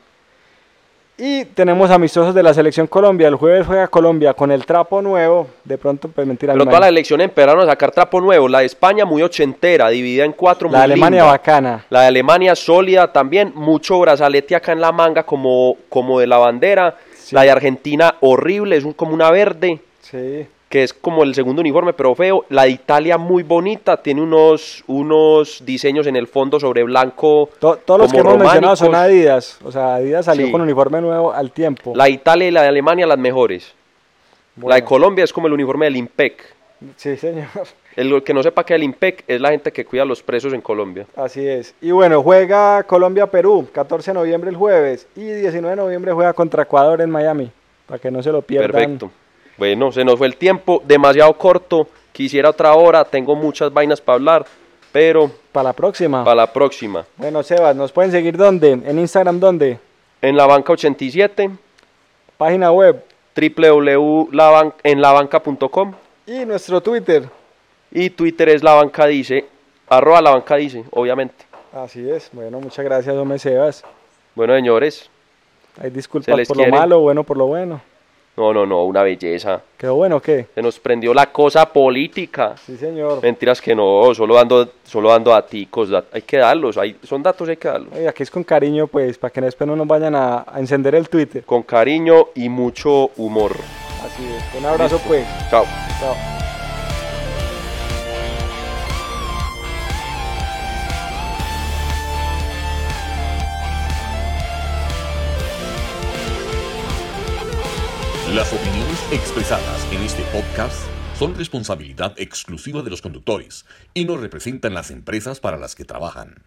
B: Y tenemos amistosos de la selección Colombia. El jueves juega Colombia con el trapo nuevo. De pronto, pues mentira.
C: Pero todas
B: Alemania.
C: las elecciones empezaron a sacar trapo nuevo. La de España muy ochentera, dividida en cuatro.
B: La
C: muy
B: Alemania
C: linda.
B: bacana.
C: La de Alemania sólida también, mucho brazalete acá en la manga como, como de la bandera.
B: Sí.
C: La de Argentina horrible, es un- como una verde.
B: Sí.
C: que es como el segundo uniforme, pero feo. La de Italia muy bonita, tiene unos, unos diseños en el fondo sobre blanco.
B: To- todos los
C: como
B: que hemos mencionado
C: románicos.
B: son Adidas. O sea, Adidas salió
C: Sí.
B: con uniforme nuevo al tiempo.
C: La de Italia y la de Alemania las mejores. La de
B: Bueno,
C: Colombia es como el uniforme del IMPEC.
B: Sí, señor.
C: El que no sepa que el IMPEC es la gente que cuida a los presos en Colombia.
B: Así es. Y bueno, juega Colombia-Perú, 14 de noviembre el jueves. Y 19 de noviembre juega contra Ecuador en Miami. Para que no se lo pierdan.
C: Perfecto. Bueno, se nos fue el tiempo, demasiado corto. Quisiera otra hora, tengo muchas vainas para hablar, pero
B: Para la próxima.
C: para la próxima.
B: Bueno, Sebas, ¿nos pueden seguir dónde? ¿En Instagram dónde?
C: En la banca 87,
B: Página web.
C: www.enlabanca.com
B: Y nuestro Twitter.
C: y Twitter es la banca dice, arroba la banca dice, obviamente.
B: Así es. Bueno, muchas gracias, hombre Sebas.
C: Bueno, señores,
B: Hay
C: Se
B: disculpas
C: les
B: por
C: quiere.
B: lo malo, bueno por lo bueno.
C: no, no, no, una belleza.
B: ¿Quedó bueno o qué?
C: Se nos prendió la cosa política.
B: Sí, señor.
C: Mentiras que no, solo dando, solo dando daticos, dat- hay que darlos, hay, son datos, hay que darlos.
B: Oye, aquí es con cariño, pues, para que después no nos vayan a, a encender el Twitter.
C: Con cariño y mucho humor.
B: Así es. Un abrazo,
C: Listo.
B: pues.
C: Chao.
B: Chao.
A: Las opiniones expresadas en este podcast son responsabilidad exclusiva de los conductores y no representan las empresas para las que trabajan.